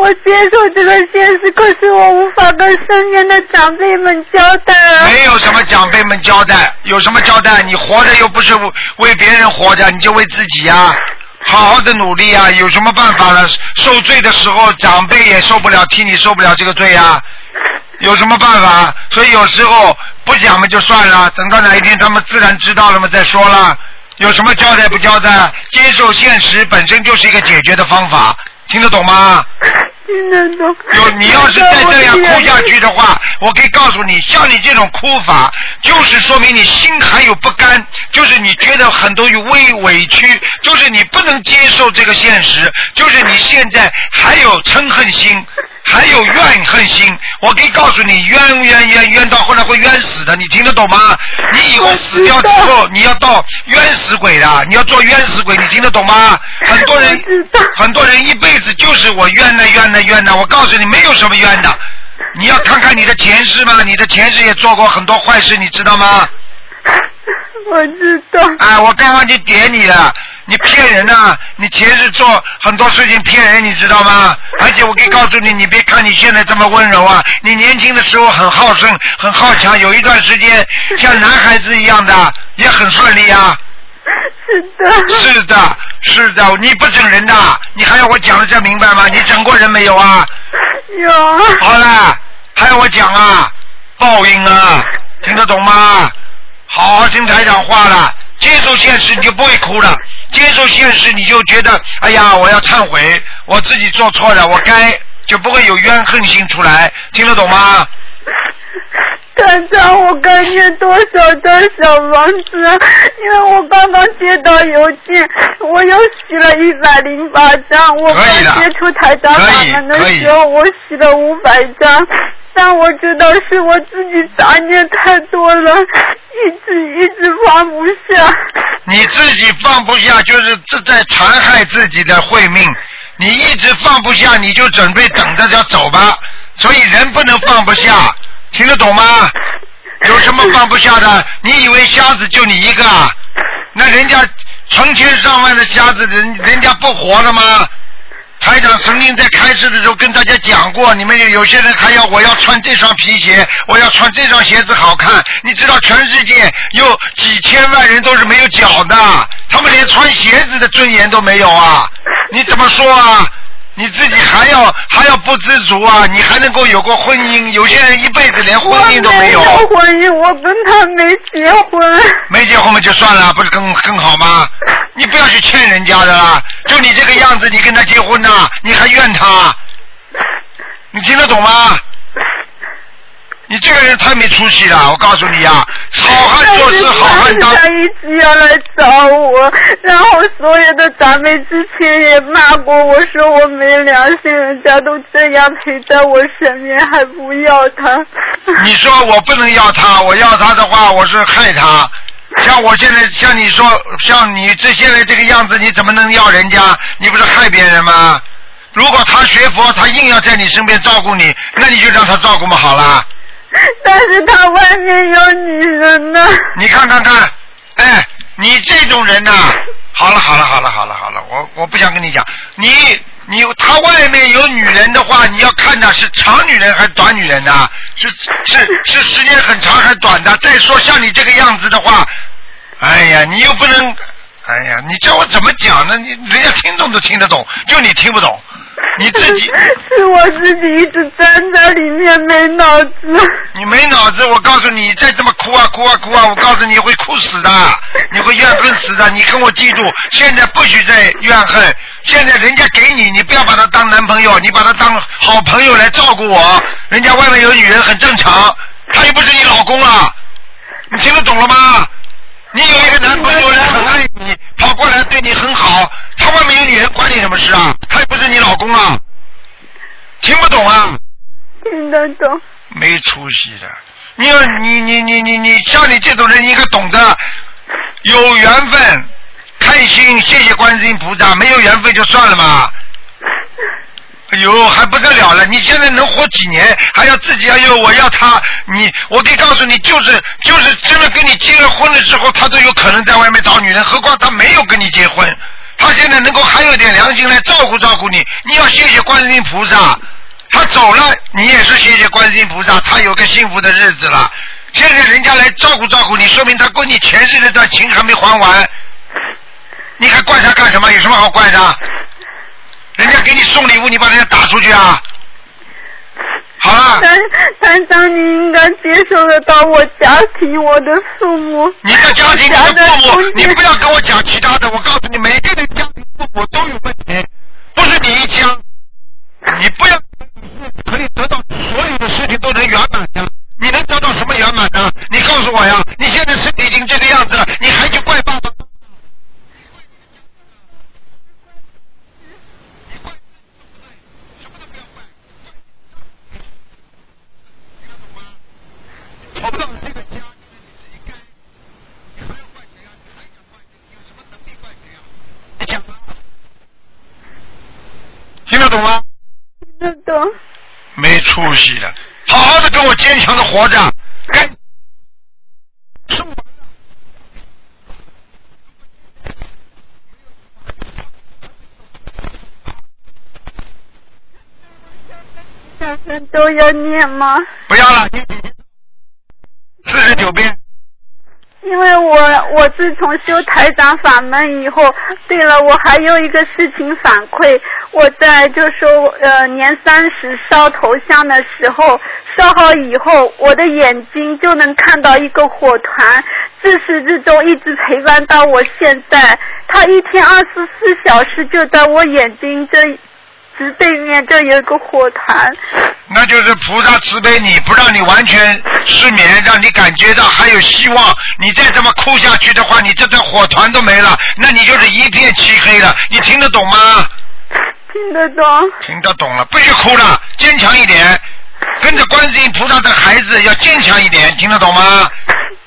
H: 我接受这个现实，可是我无法跟身边的长辈们交代啊。
B: 没有什么长辈们交代，有什么交代？你活着又不是为别人活着，你就为自己呀、啊好好的努力啊，有什么办法呢？受罪的时候，长辈也受不了，替你受不了这个罪呀、啊有什么办法？所以有时候不讲嘛就算了，等到哪一天他们自然知道了嘛再说了。有什么交代不交代？接受现实本身就是一个解决的方法，听得懂吗？
H: 听得懂。
B: 有你要是再这样哭下去的话，我可以告诉你，像你这种哭法，就是说明你心还有不甘，就是你觉得很多有委委屈，就是你不能接受这个现实，就是你现在还有嗔恨心。还有怨恨心，我可以告诉你，冤冤冤冤到后来会冤死的，你听得懂吗？你以后死掉之后，你要到冤死鬼的，你要做冤死鬼，你听得懂吗？很多人
H: 我知道
B: 很多人一辈子就是我冤呐冤呐冤呐，我告诉你没有什么冤的，你要看看你的前世嘛，你的前世也做过很多坏事，你知道吗？
H: 我知道，
B: 啊，我刚刚就点你了，你骗人呐、你前世做很多事情骗人，你知道吗？而且我可以告诉你，你别看你现在这么温柔啊，你年轻的时候很好胜，很好强，有一段时间像男孩子一样的，也很顺利啊。
H: 是的，
B: 是的，是的，你不整人的，你还要我讲的再明白吗？你整过人没有啊？
H: 有啊，
B: 好了，还要我讲啊？报应啊，听得懂吗？好好听台长话了，接受现实你就不会哭了，接受现实你就觉得，哎呀，我要忏悔，我自己做错了，我该就不会有怨恨心出来，听得懂吗？
H: 团长，我该念多少张小房子？因为我刚刚接到邮件，我又洗了一百零八张。我
B: 可以的
H: 刚接触台长法门的时候，我洗了五百张，但我知道是我自己杂念太多了，一直一直放不下。
B: 你自己放不下，就是这在残害自己的慧命。你一直放不下，你就准备等着要走吧。所以人不能放不下，听得懂吗？有什么放不下的？你以为瞎子就你一个啊？那人家成千上万的瞎子，人人家不活了吗？台长曾经在开始的时候跟大家讲过，你们有有些人还要我要穿这双皮鞋，我要穿这双鞋子好看。你知道全世界有几千万人都是没有脚的，他们连穿鞋子的尊严都没有啊！你怎么说啊？你自己还要还要不知足啊，你还能够有个婚姻，有些人一辈子连婚姻都没有，啊
H: 我婚姻，我跟他没结 婚。
B: 没结婚嘛就算了，不是更更好吗？你不要去欠人家的啦，就你这个样子，你跟他结婚呐、你还怨他，你听得懂吗？你这个人太没出息了，我告诉你啊，好汉做事好汉当
H: 但。是他一直要来找我，然后所有的咱们之前也骂过我说我没良心，人家都这样陪在我身边还不要他。
B: 你说我不能要他，我要他的话，我是害他。像我现在，像你说，像你这现在这个样子，你怎么能要人家？你不是害别人吗？如果他学佛，他硬要在你身边照顾你，那你就让他照顾嘛，好啦。
H: 但是他外面有女人呢，
B: 你看看看，哎，你这种人呐、好了好了好了好了好了，我我不想跟你讲，你你他外面有女人的话，你要看的是长女人还是短女人呐、是是是时间很长还是短的？再说像你这个样子的话，哎呀，你又不能，哎呀，你叫我怎么讲呢？你人家听懂都听得懂，就你听不懂，你自己
H: 是我自己一直站在里面没脑子。
B: 你没脑子，我告诉你，再这么哭啊哭啊哭啊，我告诉你会哭死 的，你会怨恨死的。你跟我记住，现在不许再怨恨。现在人家给你，你不要把他当男朋友，你把他当好朋友来照顾我。人家外面有女人很正常，他又不是你老公啊，你听得懂了吗？你有一个男朋友，人很爱你，跑过来对你很好，他外面有女人关你什么事啊？他又不是你老公啊，听不懂啊？
H: 听得懂？
B: 没出息的。你要你你你你你，像你这种人，你应该懂得有缘分，开心，谢谢观世音菩萨。没有缘分就算了嘛。哎呦，还不得了了！你现在能活几年？还要自己哎呦，我要他，你我可以告诉你，就是就是真的跟你结了婚了之后，他都有可能在外面找女人，何况他没有跟你结婚，他现在能够还有点良心来照顾照顾你，你要谢谢观世音菩萨。他走了，你也是谢谢观世音菩萨，他有个幸福的日子了。现在人家来照顾照顾你，说明他跟你前世那段情还没还完，你还怪他干什么？有什么好怪的？人家给你送礼物，你把人家打出去啊？好了，
H: 但团长，你应该接受得到我家庭，我的父母。
B: 你的家庭、你的父母，你不要跟我讲其他的。我告诉你，每个人家庭父母都有问题，不是你一家。你不要可以得到所有的事情都能圆满的，你能得到什么圆满呢？你告诉我呀！你现在身体已经这个样子了，你还去怪爸爸？活不到这个家，你自己干，你还要怪谁啊？你还想怪谁？有什么能力怪谁啊？你讲吧，听得懂吗？
H: 听得懂？
B: 没出息了，好好的跟我坚强的活着，哎该生活
H: 大家都要念吗？
B: 不要了，你四十九遍，
H: 因为我我自从修台长法门以后，对了，我还有一个事情反馈，我在就说呃年三十烧头香的时候，烧好以后，我的眼睛就能看到一个火团，自始至终一直陪伴到我现在，它一天二十四小时就在我眼睛这直对面这有一个火团，
B: 那就是菩萨慈悲你，不让你完全失眠，让你感觉到还有希望。你再这么哭下去的话，你这团火团都没了，那你就是一片漆黑了。你听得懂吗？
H: 听得懂？
B: 听得懂了，不许哭了，坚强一点，跟着观世音菩萨的孩子要坚强一点，听得懂吗？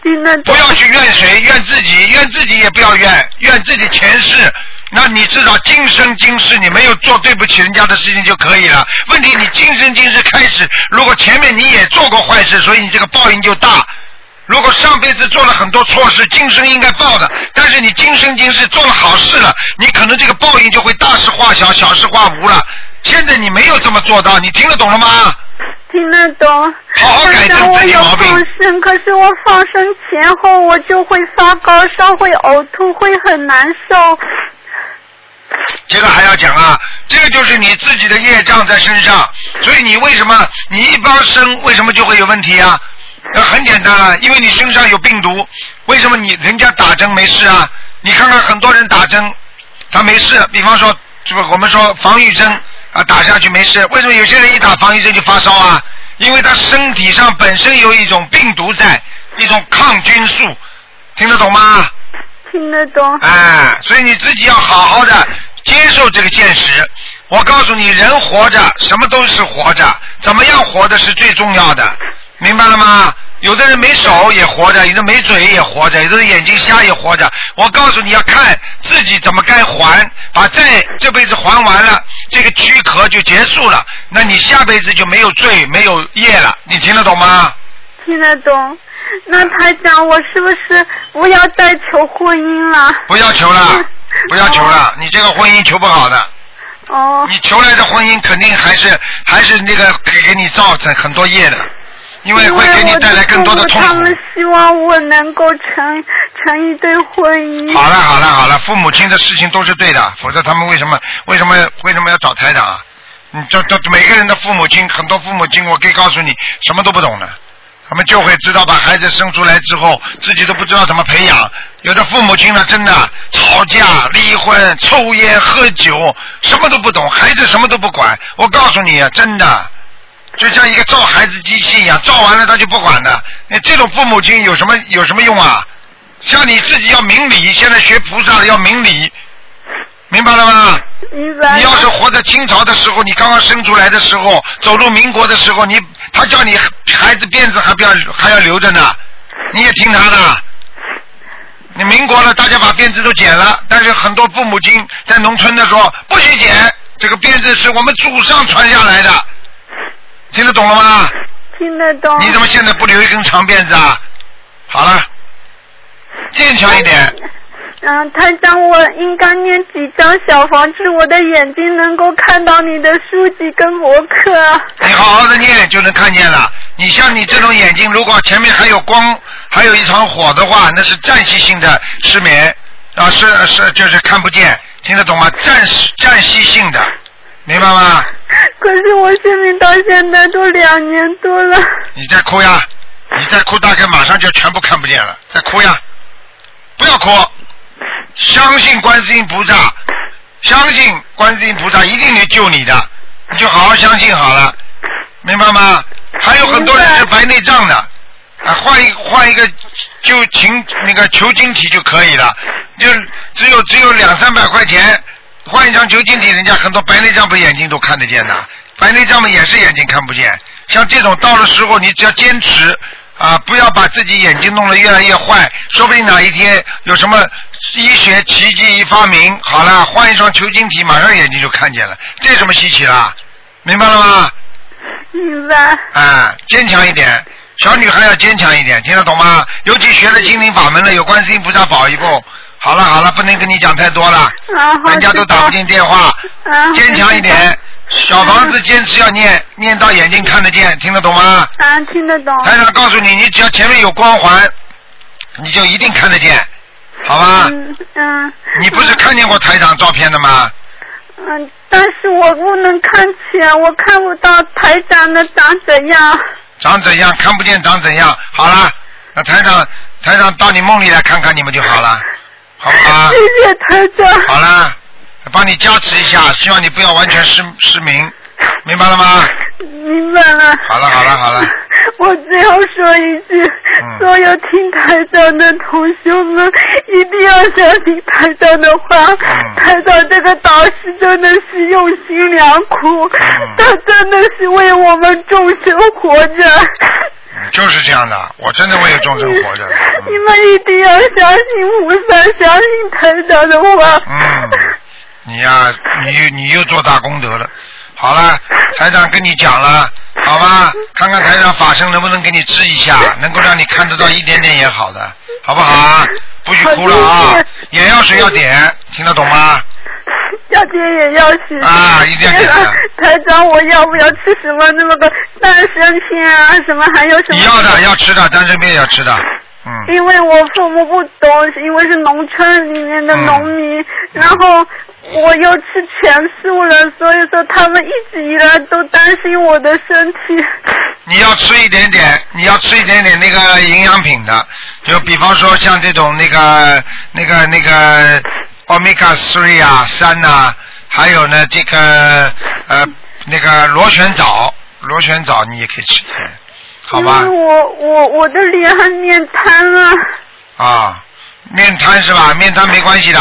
H: 听得
B: 不
H: 懂？
B: 要去怨谁，怨自己，怨自己也不要怨，怨自己前世。那你至少今生今世你没有做对不起人家的事情就可以了。问题你今生今世开始，如果前面你也做过坏事，所以你这个报应就大。如果上辈子做了很多错事，今生应该报的，但是你今生今世做了好事了，你可能这个报应就会大事化小，小事化无了。现在你没有这么做到，你听得懂了吗？
H: 听得懂。
B: 好好改正
H: 我
B: 自己
H: 有
B: 毛病
H: 放生，可是我放生前后我就会发高烧，会呕吐，会很难受。
B: 这个还要讲啊，这个就是你自己的业障在身上，所以你为什么你一包生为什么就会有问题啊？那很简单啊，因为你身上有病毒，为什么你人家打针没事啊？你看看很多人打针，他没事，比方说这个我们说防御针啊打下去没事，为什么有些人一打防御针就发烧啊？因为他身体上本身有一种病毒在，一种抗菌素，听得懂吗？
H: 听得懂。
B: 哎，所以你自己要好好的接受这个现实。我告诉你，人活着，什么都是活着，怎么样活着是最重要的，明白了吗？有的人没手也活着，有的没嘴也活着，有的人眼睛瞎也活着。我告诉你要看自己怎么该还，把债这辈子还完了，这个躯壳就结束了，那你下辈子就没有罪，没有业了。你听得懂吗？
H: 听得懂。那台长，我是不是不要再求婚姻了？
B: 不要求了，不要求了，你这个婚姻求不好的。
H: 哦，
B: 你求来的婚姻肯定还是还是那个给给你造成很多业的，因为
H: 因
B: 会给你
H: 我
B: 带来更多的
H: 父
B: 痛
H: 母他
B: 苦
H: 们。希望我能够成成一对婚姻。
B: 好了好了好了，父母亲的事情都是对的，否则他们为什么为什么为什么要找台长啊？你这这每个人的父母亲，很多父母亲，我可以告诉你，什么都不懂的，他们就会知道把孩子生出来之后，自己都不知道怎么培养。有的父母亲呢，真的吵架、离婚、抽烟、喝酒，什么都不懂，孩子什么都不管。我告诉你啊，真的，就像一个造孩子机器一样，造完了他就不管的。那这种父母亲有什么有什么用啊？像你自己要明理，现在学菩萨了要明理，明白了吗？
H: 明白
B: 你
H: 了
B: 要是活在清朝的时候，你刚刚生出来的时候，走入民国的时候，你他叫你孩子辫子还不要还要留着呢，你也听他的。你民国了，大家把辫子都剪了，但是很多父母亲在农村的时候不许剪，这个辫子是我们祖上传下来的，听得懂了吗？
H: 听得懂。
B: 你怎么现在不留一根长辫子啊？好了，坚强一点。
H: 嗯，台长，我应该念几张小房子，我的眼睛能够看到你的书籍跟博客啊。
B: 你好好的念就能看见了。你像你这种眼睛，如果前面还有光，还有一团火的话，那是暂时性的失眠啊，是是就是看不见，听得懂吗？暂时暂时性的，明白吗？
H: 可是我生病到现在都两年多了，
B: 你再哭呀，你再哭大概马上就全部看不见了，再哭呀，不要哭，相信观世音菩萨，相信观世音菩萨一定能救你的，你就好好相信好了，明白吗？还有很多人是白内障的，啊，换一换一个就情那个球晶体就可以了，就只有只有两三百块钱换一张球晶体，人家很多白内障不眼睛都看得见的，白内障嘛也是眼睛看不见。像这种到了时候，你只要坚持啊，不要把自己眼睛弄得越来越坏，说不定哪一天有什么医学奇迹一发明，好了，换一双球晶体，马上眼睛就看见了，这有什么稀奇啦？明白了吗？
H: 明白？
B: 啊，坚强一点，小女孩要坚强一点，听得懂吗？尤其学了心灵法门了，有观世音菩萨保一步。好了好了，不能跟你讲太多了，
H: 啊，好，
B: 人家都打不
H: 知
B: 进电话，
H: 道啊，
B: 坚强一点。小房子坚持要念，念到眼睛看得见，听得懂吗？
H: 啊，听得懂。
B: 台长告诉你，你只要前面有光环，你就一定看得见，好吧？
H: 嗯嗯
B: 你不是看见过台长照片的吗？
H: 嗯，但是我不能看全，我看不到台长的长怎样。
B: 长怎样看不见长怎样？好啦，那台长台长到你梦里来看看你们就好了，好不好啊？
H: 谢谢台长。
B: 好啦，帮你加持一下，希望你不要完全失失明，明白了吗？
H: 明白了。
B: 好了好了好了，
H: 我最后说一句，
B: 嗯
H: 所有听台长的同学们一定要相信台长的话。
B: 啊
H: 台长这个导师真的是用心良苦，
B: 嗯
H: 他真的是为我们众生活着。
B: 嗯就是这样的，我真的为了众生活着的。
H: 你
B: 嗯
H: 们一定要相信菩萨，相信台长的话。
B: 嗯，你呀、你又你又做大功德了。好了，台长跟你讲了，好吧？看看台长法身能不能给你治一下，能够让你看得到一点点也好的，好不好啊？不许哭了
H: 好
B: 啊
H: 谢！
B: 眼药水要点，听得懂吗？
H: 要点也要许
B: 啊一定要点的
H: 台长，我要不要吃什么那么个丹参片啊？什么还有什么？
B: 你要的要吃的，丹参片要吃的，嗯。嗯
H: 因为我父母不懂，是因为是农村里面的农民，然后我又吃全素了，所以说他们一直以来都担心我的身体。
B: 你要吃一点点，你要吃一点点那个营养品的，就比方说像这种那个那个那个 omega three 啊三呐、还有呢这个呃那个螺旋藻，螺旋藻你也可以吃，好吧
H: 因？为我我我的脸还面瘫了。
B: 啊，面瘫是吧？面瘫没关系的，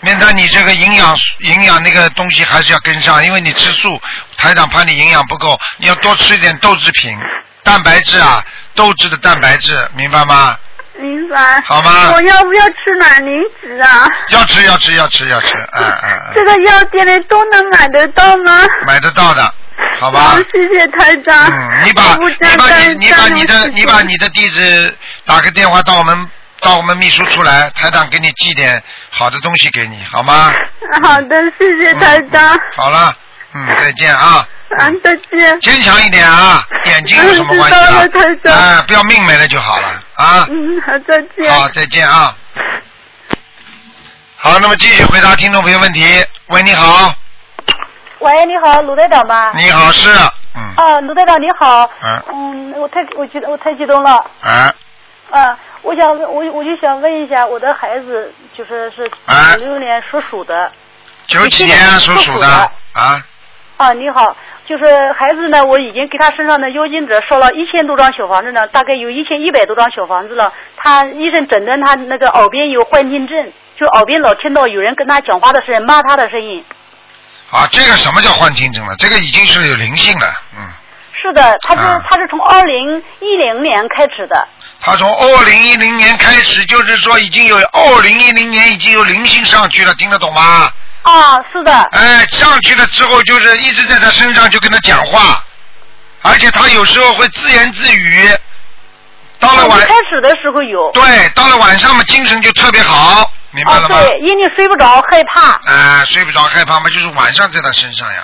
B: 面瘫你这个营养营养那个东西还是要跟上，因为你吃素，台长怕你营养不够，你要多吃一点豆制品，蛋白质啊，豆制的蛋白质，明白吗？
H: 明白。
B: 好吗
H: 我要不要吃卵磷脂啊？
B: 要吃要吃要吃要吃，嗯嗯
H: 这
B: 嗯，
H: 个药店里都能买得到吗？
B: 买得到的，好吧？
H: 谢谢台长。
B: 嗯，你把
H: 我不
B: 你
H: 知道
B: 把你
H: 担
B: 你把你
H: 担
B: 的
H: 忧
B: 你把
H: 事情
B: 你的地址打个电话到我们到我们秘书处来，台长给你寄点好的东西给你，好吗？
H: 好的，谢
B: 嗯
H: 谢台长。
B: 好了，嗯，再见啊，
H: 啊，再见。
B: 坚强一点啊，眼睛有什么关系
H: 嗯知道了台
B: 啊？
H: 长
B: 哎，不要命没了就好了啊。
H: 嗯，好，再见。
B: 好，再见啊。好，那么继续回答听众朋友问题。喂，你好，
I: 喂，你好，卢队长吧？
B: 你好是，嗯，
I: 啊，卢队长你好。
B: 嗯
I: 嗯，我太我觉得我太激动了。
B: 哎，
I: 啊，我想问我我就想问一下，我的孩子就是是
B: 哎
I: 九六年属鼠的。
B: 九几年属
I: 属
B: 鼠
I: 鼠
B: 的
I: 的
B: 啊，
I: 啊，你好，就是孩子呢，我已经给他身上的妖精者烧了一千多张小房子呢，大概有一千一百多张小房子了。他医生诊断他那个耳边有幻听症，就耳边老听到有人跟他讲话的声音、骂他的声音。
B: 啊，这个什么叫幻听症了？这个已经是有灵性了，嗯，
I: 是的，他是、
B: 啊
I: 他是从二零一零年开始的。
B: 他从二零一零年开始，就是说已经有二零一零年已经有灵性上去了，听得懂吗？
I: 啊，是的，
B: 哎，上去了之后就是一直在他身上就跟他讲话，而且他有时候会自言自语。到了
I: 我
B: 晚
I: 嗯开，始的时候有，
B: 对，到了晚上嘛，精神就特别好，明白
I: 啊，
B: 了吗？
I: 对，因为睡不着，害怕。
B: 啊，睡不着害怕嘛，就是晚上在他身上呀，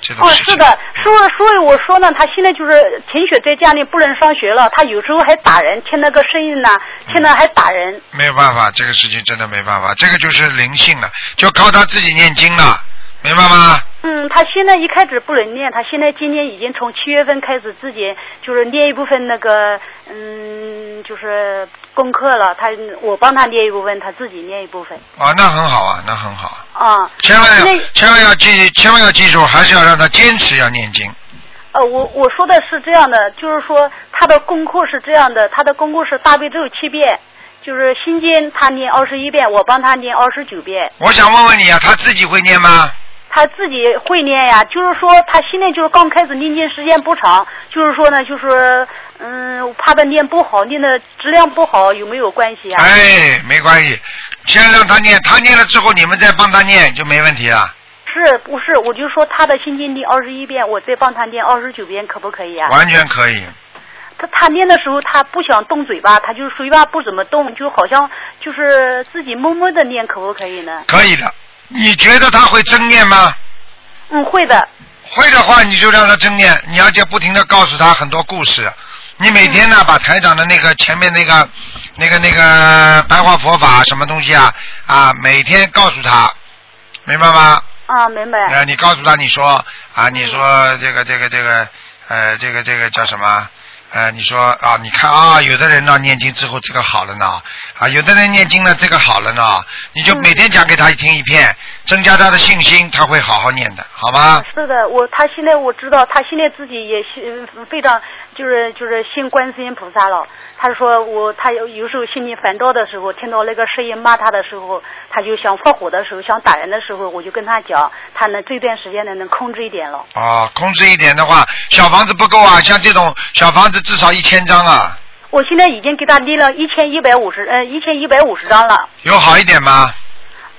B: 这种
I: 哦，
B: 事情。
I: 是的，所以所以我说呢，他现在就是停学在家里不能上学了，他有时候还打人，听那个声音呢，
B: 嗯
I: 听到还打人。
B: 没有办法，这个事情真的没办法，这个就是灵性了，就靠他自己念经了，明白吗？
I: 嗯，他现在一开始不能念，他现在今年已经从七月份开始自己就是念一部分那个嗯，就是功课了。他我帮他念一部分，他自己念一部分
B: 啊，那很好啊，那很好啊，
I: 啊。
B: 千万要
I: 那
B: 千万要记，千万要记住，还是要让他坚持要念经。
I: 呃，我我说的是这样的，就是说他的功课是这样的，他的功课是大悲咒七遍，就是心经他念二十一遍，我帮他念二十九遍，
B: 我想问问你啊，他自己会念吗？
I: 他自己会念呀。就是说他现在就是刚开始念经时间不长，就是说呢，就是嗯，我怕他念不好，念的质量不好有没有关系啊？
B: 哎，没关系，先让他念，他念了之后，你们再帮他念就没问题了。
I: 是不是？我就说他的心经念二十一遍，我再帮他念二十九遍，可不可以啊？
B: 完全可以。
I: 他他念的时候，他不想动嘴巴，他就是嘴巴不怎么动，就好像就是自己默默的念，可不可以呢？
B: 可以的。你觉得他会真念吗？
I: 嗯，会的。
B: 会的话，你就让他真念，你而且不停的告诉他很多故事。你每天呢，把台长的那个前面那个、那个、那个白话佛法什么东西啊啊，每天告诉他，明白吗？
I: 啊，明白。
B: 呃，你告诉他，你说啊，你说这个这个这个，呃，这个这个叫什么？呃，你说啊，你看啊，有的人呢念经之后这个好了呢，啊，有的人念经呢这个好了呢，你就每天讲给他听一遍，增加他的信心，他会好好念的，好吗？
I: 是的，我他现在我知道，他现在自己也是嗯非常就是就是信观世音菩萨了。他说我他有有时候心里烦躁的时候，听到那个声音骂他的时候，他就想发火的时候，想打人的时候，我就跟他讲，他能这段时间呢能控制一点了。
B: 哦，控制一点的话，小房子不够啊，像这种小房子至少一千张啊，
I: 我现在已经给他列了一千一百五十呃一千一百五十张了。
B: 有好一点吗？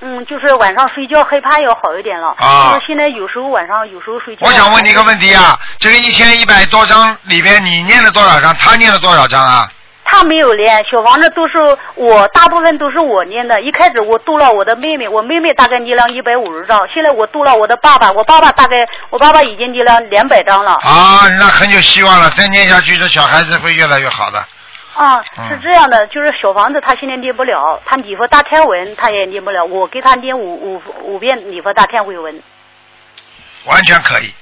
I: 嗯，就是晚上睡觉害怕要好一点了。
B: 啊
I: 就是现在有时候晚上有时候睡觉。
B: 我想问你一个问题啊，这个一千一百多张里边，你念了多少张？他念了多少张啊？
I: 他没有练，小房子都是我，大部分都是我念的。一开始我度了我的妹妹，我妹妹大概念了一百五十张，现在我度了我的爸爸，我爸爸大概我爸爸已经念了两百张了。
B: 啊，那很有希望了，再念下去，这小孩子会越来越好的。
I: 啊，是这样的，就是小房子他现在念不了，他礼佛大忏文他也念不了，我给他念五五五遍礼佛大忏悔文。
B: 完全可以。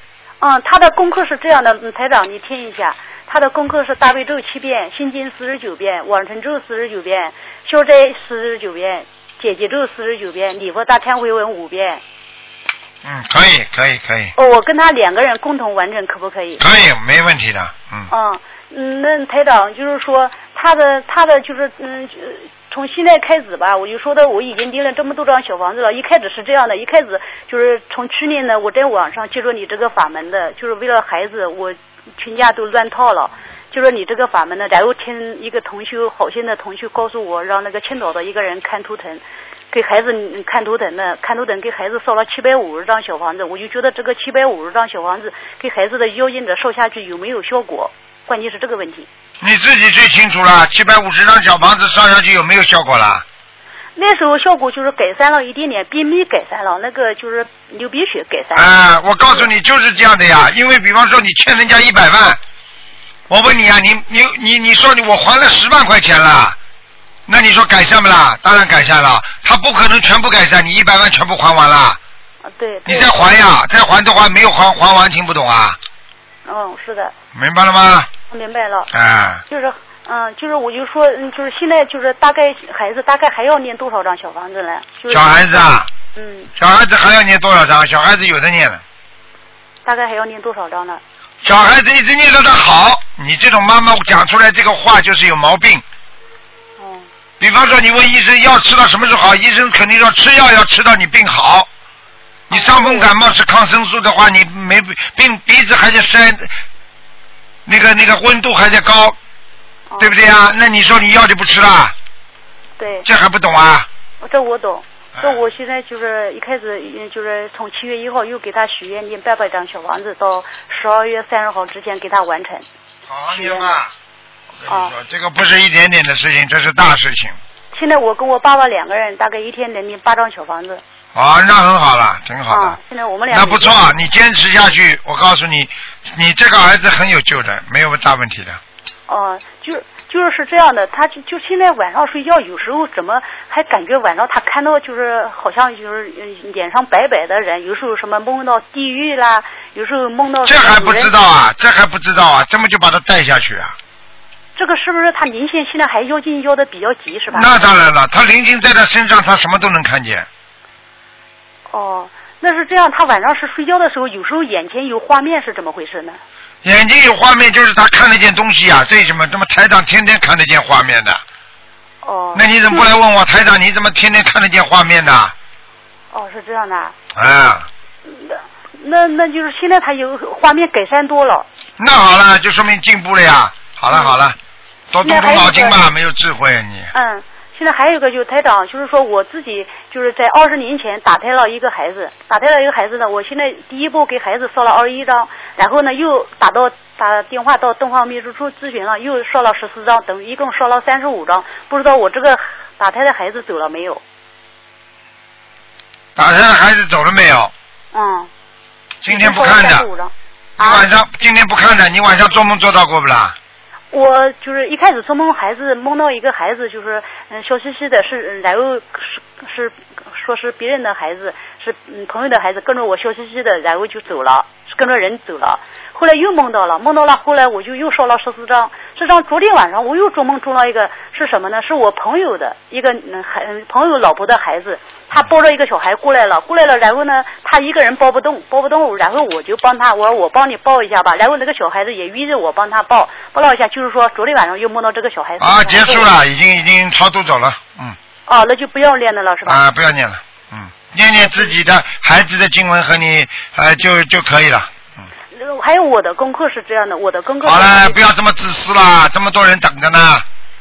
I: 嗯，他的功课是这样的，嗯台长你听一下，他的功课是大悲咒七遍，心经四十九遍，往生咒四十九遍，消灾四十九遍，解结咒四十九遍，礼佛大忏悔文五遍。
B: 嗯，可以，可以，可以，
I: 哦，我跟他两个人共同完成，可不可以？
B: 可以，没问题的。嗯，
I: 嗯，嗯，那台长就是说，他的他的就是嗯，就从现在开始吧，我就说的我已经订了这么多张小房子了。一开始是这样的，一开始就是从去年呢，我在网上接触你这个法门的，就是为了孩子，我全家都乱套了。就说你这个法门呢，然后听一个同修好心的同修告诉我，让那个青岛的一个人看图腾，给孩子嗯看图腾的，看图腾给孩子烧了七百五十张小房子，我就觉得这个七百五十张小房子给孩子的妖精者烧下去有没有效果，关键是这个问题。
B: 你自己最清楚了。七百五十张小房子烧下去有没有效果啦？
I: 那时候效果就是改善了一点点，便秘改善了，那个就是流鼻血改善了。
B: 啊，我告诉你就是这样的呀。因为比方说你欠人家一百万，我问你啊，你你你你说你我还了十万块钱了，那你说改善不啦？当然改善了，他不可能全部改善，你一百万全部还完了，
I: 啊对。
B: 你
I: 对
B: 再还呀，再还的话没有还还完，听不懂啊？
I: 嗯，是的，
B: 明白了吗？
I: 我明白了。
B: 啊，
I: 就是，嗯，就是我就说，嗯，就是现在就是大概孩子大概还要念多少张小房子呢？就是
B: 小孩子啊，
I: 嗯，
B: 小孩子还要念多少张？小孩子有的念了。
I: 大概还要念多少张呢？
B: 小孩子一直念到他好，你这种妈妈讲出来这个话就是有毛病。
I: 哦，
B: 比方说，你问医生药吃到什么时候好，医生肯定说吃药要吃到你病好。你伤风感冒吃抗生素的话，你没病鼻子还在塞，那个那个温度还在高，
I: 哦
B: 对不对啊？那你说你药就不吃了，
I: 对，
B: 这还不懂啊？
I: 哦这我懂。这
B: 哎
I: 我现在就是一开始，嗯就是从七月一号又给他许愿念八百张小房子，到十二月三十号之前给他完成。
B: 好好念吧。我跟你说
I: 哦，
B: 这个不是一点点的事情，这是大事情。
I: 现在我跟我爸爸两个人，大概一天能念八张小房子。
B: 啊，那很好了，挺好的。
I: 啊，现在我们俩
B: 那不错，你坚持下去，我告诉你，你这个儿子很有救的，没有大问题的。
I: 哦，就是就是是这样的，他就就现在晚上睡觉，有时候怎么还感觉晚上他看到就是好像就是呃脸上白白的人，有时候什么梦到地狱啦，有时候梦到
B: 这
I: 什么
B: 还不
I: 人
B: 知道，啊，这还不知道啊，这么就把他带下去啊？
I: 这个是不是他灵性现在还要进要的比较急是吧？
B: 那当然了，他灵性在他身上，他什么都能看见。
I: 哦，那是这样，他晚上是睡觉的时候，有时候眼前有画面是怎么回事呢？
B: 眼睛有画面，就是他看得见东西啊。这什么？怎么台长天天看得见画面的？
I: 哦，
B: 那你怎么不来问我台长？你怎么天天看得见画面的？
I: 哦是这样的啊，
B: 啊，
I: 那那就是现在他有画面改善多了。
B: 那好了，就说明进步了呀。好了好了，多动动脑筋
I: 嗯那
B: 吧，
I: 还有一个
B: 没有智慧啊你。
I: 嗯，现在还有一个就是台长，就是说我自己就是在二十年前打胎了一个孩子，打胎了一个孩子呢，我现在第一步给孩子烧了二十一张，然后呢又打到打电话到东方秘书处咨询了，又烧了十四张，等于一共烧了三十五张，不知道我这个打胎的孩子走了没有？
B: 打胎的孩子走了没有？
I: 嗯，
B: 今天不看的。
I: 三十五张。
B: 你晚上今天不看的，你晚上做梦做到过不啦？
I: 我就是一开始做梦，孩子梦到一个孩子，就是嗯笑嘻嘻的，是然后是是说是别人的孩子，是嗯朋友的孩子，跟着我笑嘻嘻的，然后就走了，是跟着人走了。后来又梦到了，梦到了，后来我就又烧了十四张。这张昨天晚上我又做梦做了一个是什么呢？是我朋友的一个嗯孩嗯朋友老婆的孩子，他抱着一个小孩过来了，过来了，然后呢，他一个人抱不动，抱不动，然后我就帮他，我说我帮你抱一下吧，然后那个小孩子也依着我帮他抱，抱了一下，就是说昨天晚上又梦到这个小孩子
B: 啊，结束了，已经已经超度走了，嗯，
I: 哦，那就不要练的了是吧？
B: 啊，不要念了，嗯，念念自己的孩子的经文和你呃就就可以了。
I: 呃还有我的功课是这样的，我的功课
B: 好了，
I: 是
B: 啊不要这么自私啦，这么多人等着呢，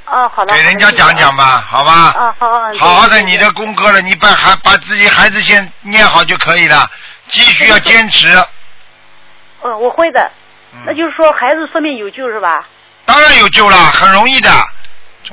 I: 哦，好了，
B: 给人家讲讲
I: 吧。
B: 吧，好吧？
I: 啊，好，嗯
B: 好好的，
I: 对对
B: 你
I: 对
B: 的功课了，你把孩把自己孩子先念好就可以了，继续要坚持。
I: 嗯，我会的。
B: 嗯
I: 那就是说，孩子说明有救是吧？
B: 当然有救了，很容易的。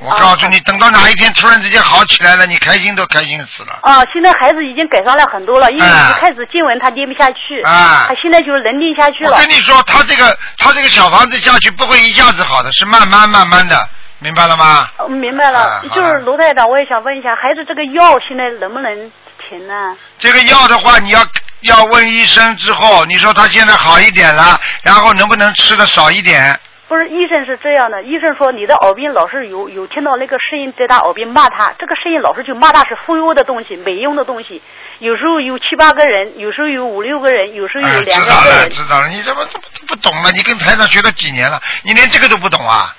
B: 我
I: 啊
B: 告诉
I: 好
B: 你，等到哪一天突然之间好起来了，你开心都开心死了。
I: 啊，现在孩子已经改善了很多了，因为
B: 哎
I: 一开始经文他念不下去，
B: 哎
I: 他现在就是能念下去
B: 我
I: 了。
B: 跟你说，他这个他这个小房子下去不会一下子好的，是慢慢慢慢的，明白了吗？
I: 哦明白了
B: 啊，好
I: 就是
B: 了
I: 卢台长，我也想问一下，孩子这个药现在能不能停呢？
B: 这个药的话，你要要问医生之后，你说他现在好一点了，然后能不能吃的少一点？
I: 不是，医生是这样的，医生说你的耳边老是有有听到那个声音在他耳边骂他，这个声音老是就骂他是忽悠的东西、没用的东西，有时候有七八个人，有时候有五六个人，有时候
B: 哎
I: 嗯有两
B: 知
I: 个
B: 道
I: 个
B: 了，
I: 人。
B: 知道了，你怎么怎么不懂了？你跟台长学了几年了？你连这个都不懂啊？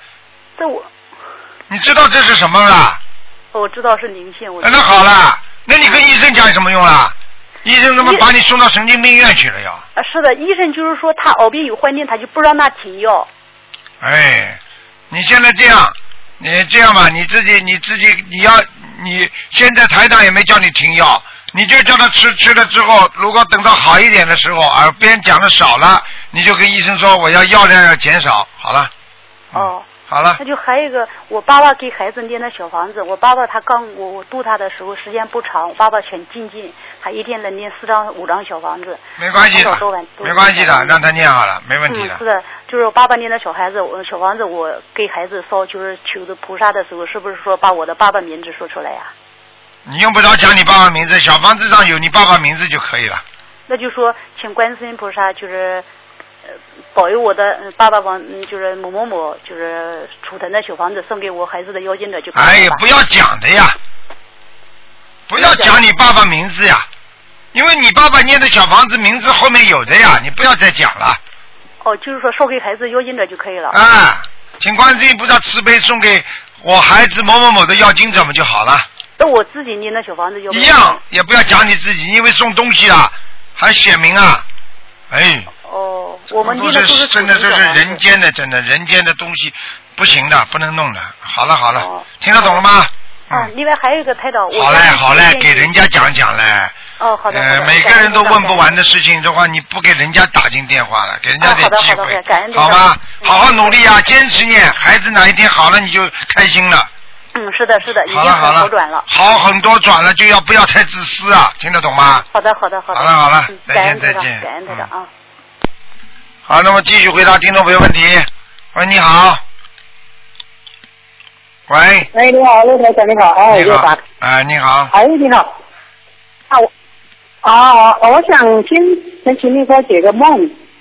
I: 这我
B: 你知道这是什么了？
I: 我知道是灵性，我
B: 哎那好了，那你跟医生讲有什么用啦？医生他妈
I: 医
B: 把你送到神经病院去了要。
I: 啊是的，医生就是说他耳边有幻听，他就不让他停药。
B: 哎，你现在这样，你这样吧，你自己你自己你要你现在台长也没叫你停药，你就叫他吃吃了之后，如果等到好一点的时候，耳边讲的少了，你就跟医生说我要药量要减少，好了，
I: 哦，
B: 嗯好了
I: 那，就还有一个，我爸爸给孩子念的小房子，我爸爸他刚我我度他的时候时间不长，我爸爸全精进，他一天能念四张五张小房子。
B: 没关系的
I: 多晚，多
B: 没关系
I: 晚
B: 的，让他念好了，没问题
I: 嗯嗯，是
B: 的。
I: 的，就是我爸爸念的小孩子，我小房子我给孩子烧，就是求的菩萨的时候，是不是说把我的爸爸名字说出来呀、
B: 你用不着讲你爸爸名字，小房子上有你爸爸名字就可以了。
I: 那就说请观世音菩萨就是。呃，保佑我的嗯爸爸往嗯就是某某某就是储存的小房子送给我孩子的妖精者就可以了
B: 哎呀
I: 吧，
B: 不要讲的呀，不要讲你爸爸名字呀，因为你爸爸念的小房子名字后面有的呀，你不要再讲了。
I: 哦，就是说烧给孩子妖精者就可以了。
B: 啊，请观世音菩萨慈悲送给我孩子某某某的要经者们就好了，
I: 那我自己念的小房子有没
B: 一
I: 有
B: 样也不要讲你自己，因为送东西啊，还写明啊，哎，
I: 哦，我们
B: 都
I: 念的都
B: 是
I: 是
B: 真的，
I: 土
B: 这
I: 著
B: 是
I: 小房子
B: 人间的，真的人间的东西不行的，不能弄的。好了好了
I: 哦，
B: 听得懂了吗？
I: 啊。
B: 嗯，
I: 另外还有一个台长，我
B: 好嘞
I: 想
B: 好嘞，
I: 建议
B: 给人家讲讲嘞。
I: 哦，好的，好
B: 呃，
I: 的
B: 每个
I: 感恩
B: 人都
I: 台长
B: 问不完的事情的话，你不给人家打进电话了，给人家
I: 啊
B: 点
I: 好的
B: 机
I: 好的
B: 会
I: 感恩，台
B: 好
I: 长
B: 吧？
I: 嗯
B: 好好努力啊，坚持念，孩子哪一天好了你就开心了。
I: 嗯，是的，是的，已经
B: 好了好
I: 很
B: 了
I: 好转了，。
B: 好很多转了，就要不要太自私啊，听得懂吗？
I: 好的，好的，好的。
B: 好了好了
I: 嗯
B: 再
I: 感
B: 见
I: 恩台
B: 再
I: 长
B: 见嗯
I: 感恩台长啊。嗯
B: 好，那么继续回答听众朋友问题。喂，你好。喂，
G: 喂，你好，陆台长，你好，哎，
B: 哎你
G: 又
B: 好
G: 打，，
B: 哎，你好，
G: 哎，你好，啊，我，啊，我我想先先请你给我解个梦，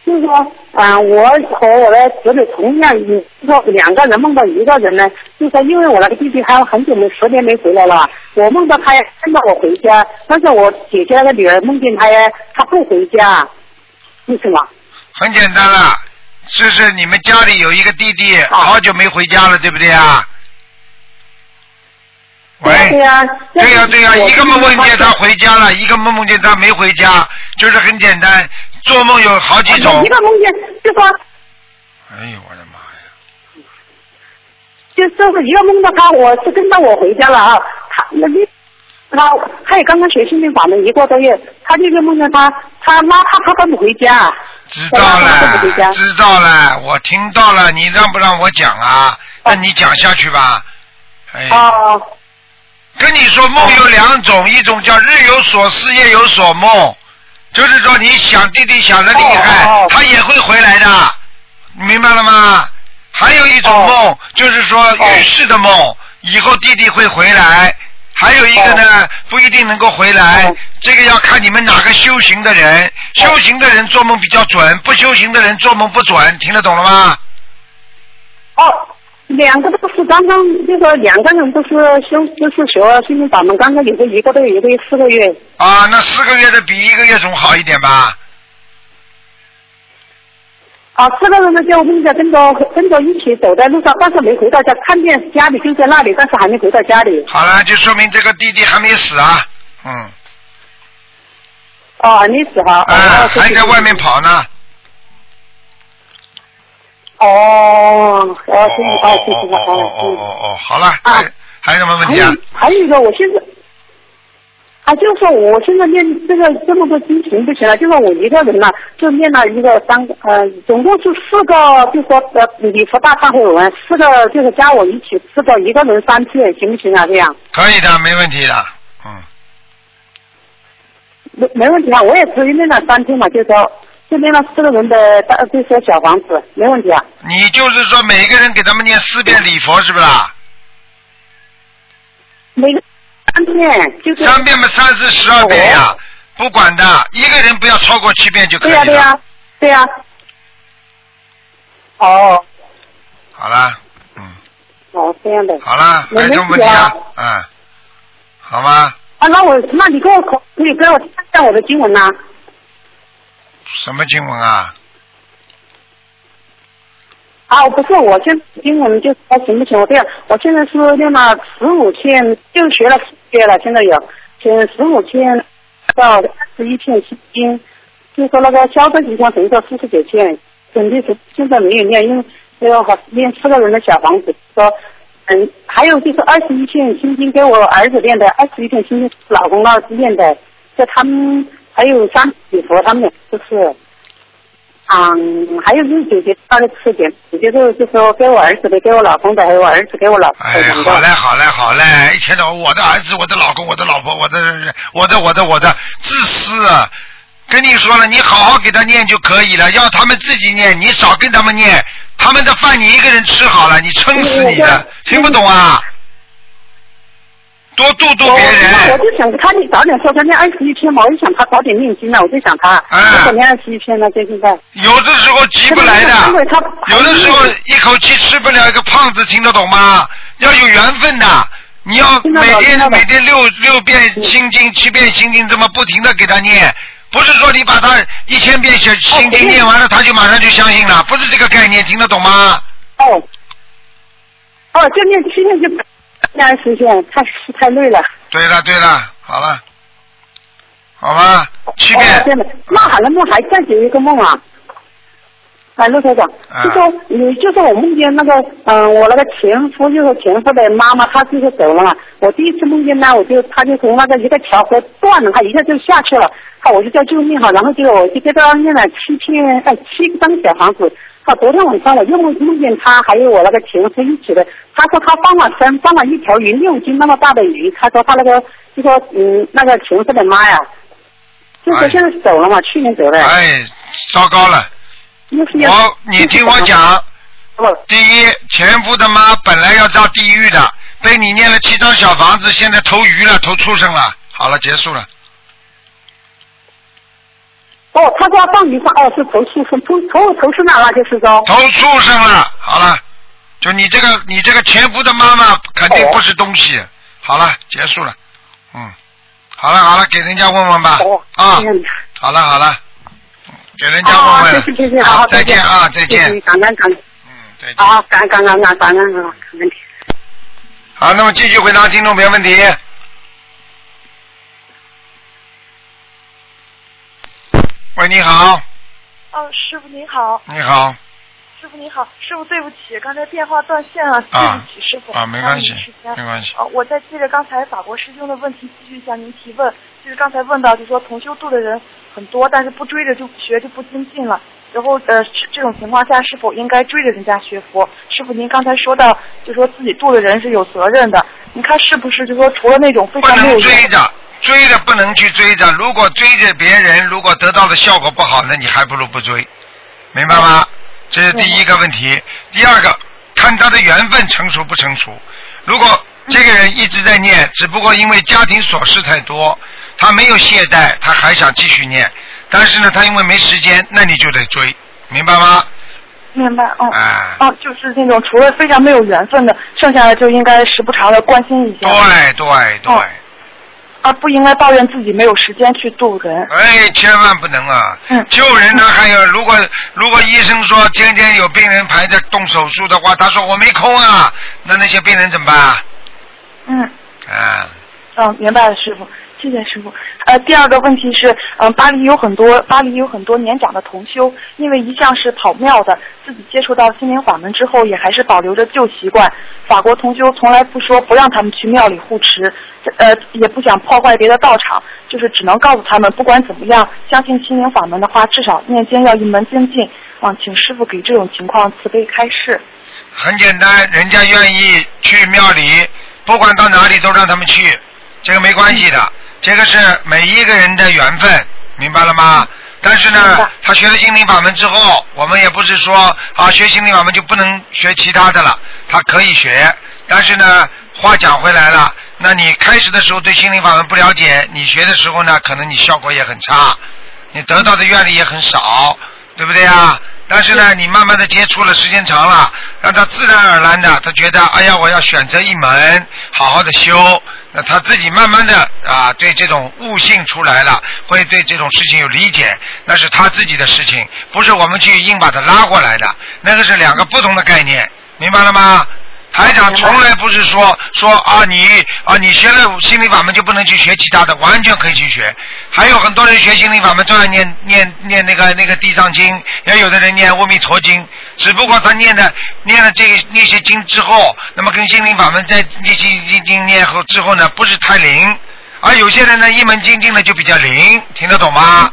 G: 就是说，啊，我和我的侄女同样，就是说两个人梦到一个人呢，就是说，因为我那个弟弟他很久没十年没回来了，我梦到他跟着我回家，但是我姐姐那个女儿梦见他呀，他不回家，为什么？
B: 很简单了，就是你们家里有一个弟弟，好久没回家了，对不对啊？
G: 对
B: 喂，
G: 呀、
B: 对呀、对呀、
G: 我
B: 一个梦梦见
G: 弟弟
B: 他回家了，一个梦梦见他没回家，就是很简单。做梦有好几种
G: 一。个梦见就说
B: 哎呦我的妈呀！
G: 就就是一个梦到他，我是跟着我回家了啊。他那你，他他也刚刚学心灵法门一个多月，他就梦见他，他妈他他不回家，
B: 知
G: 哦
B: 道
G: 我妈妈都不回家
B: 了，知道了，我听到了，你让不让我讲啊？那你讲下去吧。哎，
G: 哦、
B: 跟你说，梦有两种，一种叫日有所思，夜有所梦，就是说你想弟弟想的厉害，
G: 哦哦
B: 他也会回来的，明白了吗？还有一种梦，
G: 哦
B: 就是说预示的梦，以后弟弟会回来。还有一个呢，不一定能够回来，
G: 哦
B: 这个要看你们哪个修行的人，修行的人做梦比较准，不修行的人做梦不准，听得懂了吗？
G: 哦，两个都是刚刚就说两个人都是修就是学心灵法门，刚刚也是一个多月，一个月四个月。
B: 啊，那四个月的比一个月总好一点吧？
G: 啊，四个人呢就梦见跟着跟着一起走在路上，但是没回到家，看见家里就在那里，但是还没回到家里。
B: 好了，就说明这个弟弟还没死啊，嗯，
G: 哦，你死哈。
B: 啊，还在外面。跑呢。哦哦哦
G: 哦，哦，行，哦，行，
B: 哦
G: 行，哦，啊
B: 哦哦哦，好了，还还有什么问
G: 还
B: 题
G: 有
B: 啊？
G: 还有一个，我现在啊，就是说我现在念这个这么多经行不行了？就是我一个人呢，就念了一个三个呃，总共是四个，就说呃礼佛大忏悔文，四个就是加我一起四个，一个人三遍，行不行啊？这样
B: 可以的，没问题的，嗯，
G: 没没问题啊，我也只念了三天嘛，就说这边呢四个人的大这些小房子没问题啊。
B: 你就是说每一个人给他们念四遍礼佛是不啦？
G: 每个三遍就是哦
B: 三遍嘛，三四十二遍呀、不管的，一个人不要超过七遍就可以了。
G: 对呀、对呀、对呀、哦
B: 好啦，
G: 哦，这样的。
B: 好啦，
G: 没
B: 还有什么问题啊？嗯，好吗？
G: 啊，那我那你给我可可以给我看一下我的经文呐、
B: 什么经文啊？
G: 啊，不是，我现在英文就还行不行？我这样，我现在是练了十五天，就学了十天了，现在有，现十五天到二十一天心经，就说那个消灾吉祥神咒四十九天，准备是现在没有练，因为要好练四个人的小房子，说嗯，还有就是二十一天心经给我儿子练的，二十一天心经是老公那练的，这他们还有三礼佛，他们俩就是。嗯，还有就是姐姐那个吃点，姐姐就就说给我儿子的，给我老公的，还有我儿子给我老婆
B: 哎
G: 的，，
B: 好嘞，好嘞，好嘞！一天到晚，我的儿子、我的老公、我的老婆、我的、我的、我的、我的，自私啊！跟你说了，你好好给他念就可以了，要他们自己念，你少跟他们念，他们的饭你一个人吃好了，你撑死你的，听不懂啊？多度度别
G: 哦我
B: 人，
G: 就想着他你早点说，他念二十一天嘛，我就想他早点念经呢，啊我就想他，
B: 哎
G: 我想念二十一天呢，就现在。
B: 有的时候急不来的，有的时候一口气吃不了一个胖子，听得懂吗？要有缘分的，你要
G: 听得
B: 每
G: 懂听得
B: 天
G: 懂嗯
B: 每天六六遍心经、七遍心经，这么不停的给他念，不是说你把他一千遍
G: 哦
B: 小心经念完了，他就马上就相信了，不是这个概念，听得懂吗？
G: 哦，哦，就念七天就念二十一天，太太累了。
B: 对了对了，好了，好吧，七遍
G: 哦，真的，那好了，梦还再有一个梦啊。哎，陆台长，
B: 啊
G: 就说你，就说我梦见那个，嗯、我那个前夫，就是前夫的妈妈，她就是走了嘛。我第一次梦见呢，我就，她就从那个一个桥河断了，她一下就下去了，好，我就叫救命哈，然后结果我就给她呃念了七天，哎，七张小房子。好，昨天晚上我又梦梦见她，还有我那个前夫一起的，他说他放了生，放了一条鱼六斤那么大的鱼，他说他那个，就说嗯，那个前夫的妈呀，就说现在走了嘛，去年走的。
B: 哎，糟糕了。
G: 又是要
B: 我，你听我讲。第一，前夫的妈本来要到地狱的，被你念了七张小房子，现在投鱼了，投畜生了。好了，结束了。
G: 哦，他说他放鱼放哦，是投畜生，投投投生了，那就是说。
B: 投畜生了，好了，就你这个你这个前夫的妈妈肯定
G: 啊
B: 不是东西。好了，结束了，嗯，好了好了，给人家问问吧，
G: 哦
B: 啊，好了好了，嗯给人家问
G: 啊，
B: 问
G: 谢
B: 了，
G: 谢谢谢，
B: 好
G: 好，
B: 再见啊再见嗯
G: 谢谢感恩感恩，
B: 再见。
G: 好，感恩感恩感恩感恩感恩。
B: 好，那么继续回答听众朋友问题。喂，你好，
C: 哦，师傅您好，
B: 你好，
C: 师傅您好，师傅对不起，刚才电话断线了，对
B: 啊
C: 不起，师傅
B: 啊，没关系
C: 耽误您时间，
B: 没关系，
C: 哦，我再接着刚才法国师兄的问题继续向您提问，就是刚才问到，就说同修度的人很多，但是不追着就学就不精进了，然后呃这这种情况下是否应该追着人家学佛？师傅您刚才说到，就说自己度的人是有责任的，你看是不是就说除了那种非
B: 不
C: 常没有
B: 能追
C: 用的
B: 着，追着不能去追着。如果追着别人，如果得到的效果不好，那你还不如不追，明白吗？这是第一个问题。第二个，看他的缘分成熟不成熟。如果这个人一直在念，只不过因为家庭琐事太多，他没有懈怠，他还想继续念，但是呢，他因为没时间，那你就得追，明白吗？
C: 明白，嗯，
B: 啊
C: 哦，就是那种除了非常没有缘分的，剩下的就应该时不常的关心一下，
B: 对对对，
C: 哦而不应该抱怨自己没有时间去度人。
B: 哎，千万不能啊！救人呢，还有如果如果医生说今天有病人排着动手术的话，他说我没空啊，那那些病人怎么办啊？
C: 嗯，
B: 啊，
C: 嗯，明白了，师傅，谢谢师傅。呃，第二个问题是，嗯，巴黎有很多巴黎有很多年长的同修，因为一向是跑庙的，自己接触到心灵法门之后，也还是保留着旧习惯。法国同修从来不说不让他们去庙里护持，呃，也不想破坏别的道场，就是只能告诉他们，不管怎么样，相信心灵法门的话，至少念经要一门精进。啊，请师傅给这种情况慈悲开示。
B: 很简单，人家愿意去庙里，不管到哪里都让他们嗯去，这个没关系的，这个是每一个人的缘分，明白了吗？但是呢，他学了心灵法门之后，我们也不是说啊学心灵法门就不能学其他的了，他可以学。但是呢，话讲回来了，那你开始的时候对心灵法门不了解，你学的时候呢，可能你效果也很差，你得到的愿力也很少，对不对啊？但是呢，你慢慢的接触了，时间长了，让他自然而然的，他觉得，哎呀，我要选择一门，好好的修，那他自己慢慢的啊，对这种悟性出来了，会对这种事情有理解，那是他自己的事情，不是我们去硬把他拉过来的，那个是两个不同的概念，明白了吗？台长从来不是说说啊你啊你学了心理法门就不能去学其他的，完全可以去学。还有很多人学心理法门照样念念念那个那个地藏经，也有的人念阿弥陀经，只不过他念的念了这个那些经之后，那么跟心灵法门在这些经经念后之后呢，不是太灵。而有些人呢，一门精进呢就比较灵，听得懂吗？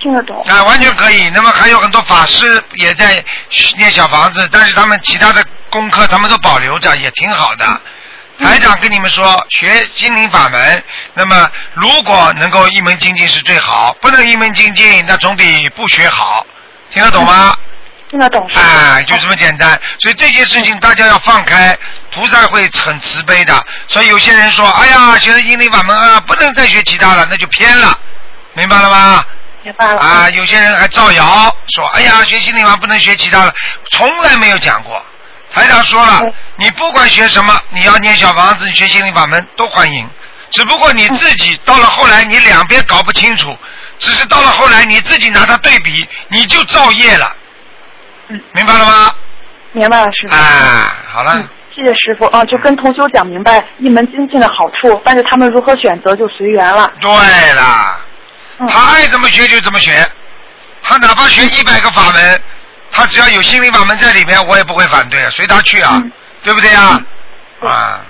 C: 听得懂。
B: 啊，完全可以。那么还有很多法师也在念小房子，但是他们其他的功课他们都保留着，也挺好的。
C: 嗯
B: 台长跟你们说，学心灵法门，那么如果能够一门精进是最好，不能一门精进，那总比不学好。听得懂吗？
C: 嗯听得懂。嗯
B: 哎，就这么简单。所以这些事情大家要放开，菩萨会很慈悲的。所以有些人说，哎呀，学了心灵法门啊，不能再学其他了，那就偏了，明白了吗？
C: 明白了。
B: 啊，有些人还造谣说，哎呀，学心理法不能学其他的，从来没有讲过。台长说了，
C: 嗯
B: 你不管学什么，你要念小房子，你学心灵法门都欢迎。只不过你自己到了后来，你两边搞不清楚，只是到了后来你自己拿它对比，你就造业了。
C: 嗯
B: 明白了吗？
C: 明白了，师傅。
B: 啊，好了，
C: 谢谢师傅啊，就跟同修讲明白一门精进的好处，但是他们如何选择就随缘了。
B: 对了，他爱怎么学就怎么学，他哪怕学一百个法门，他只要有心灵法门在里面，我也不会反对，随他去啊，对不对啊？啊，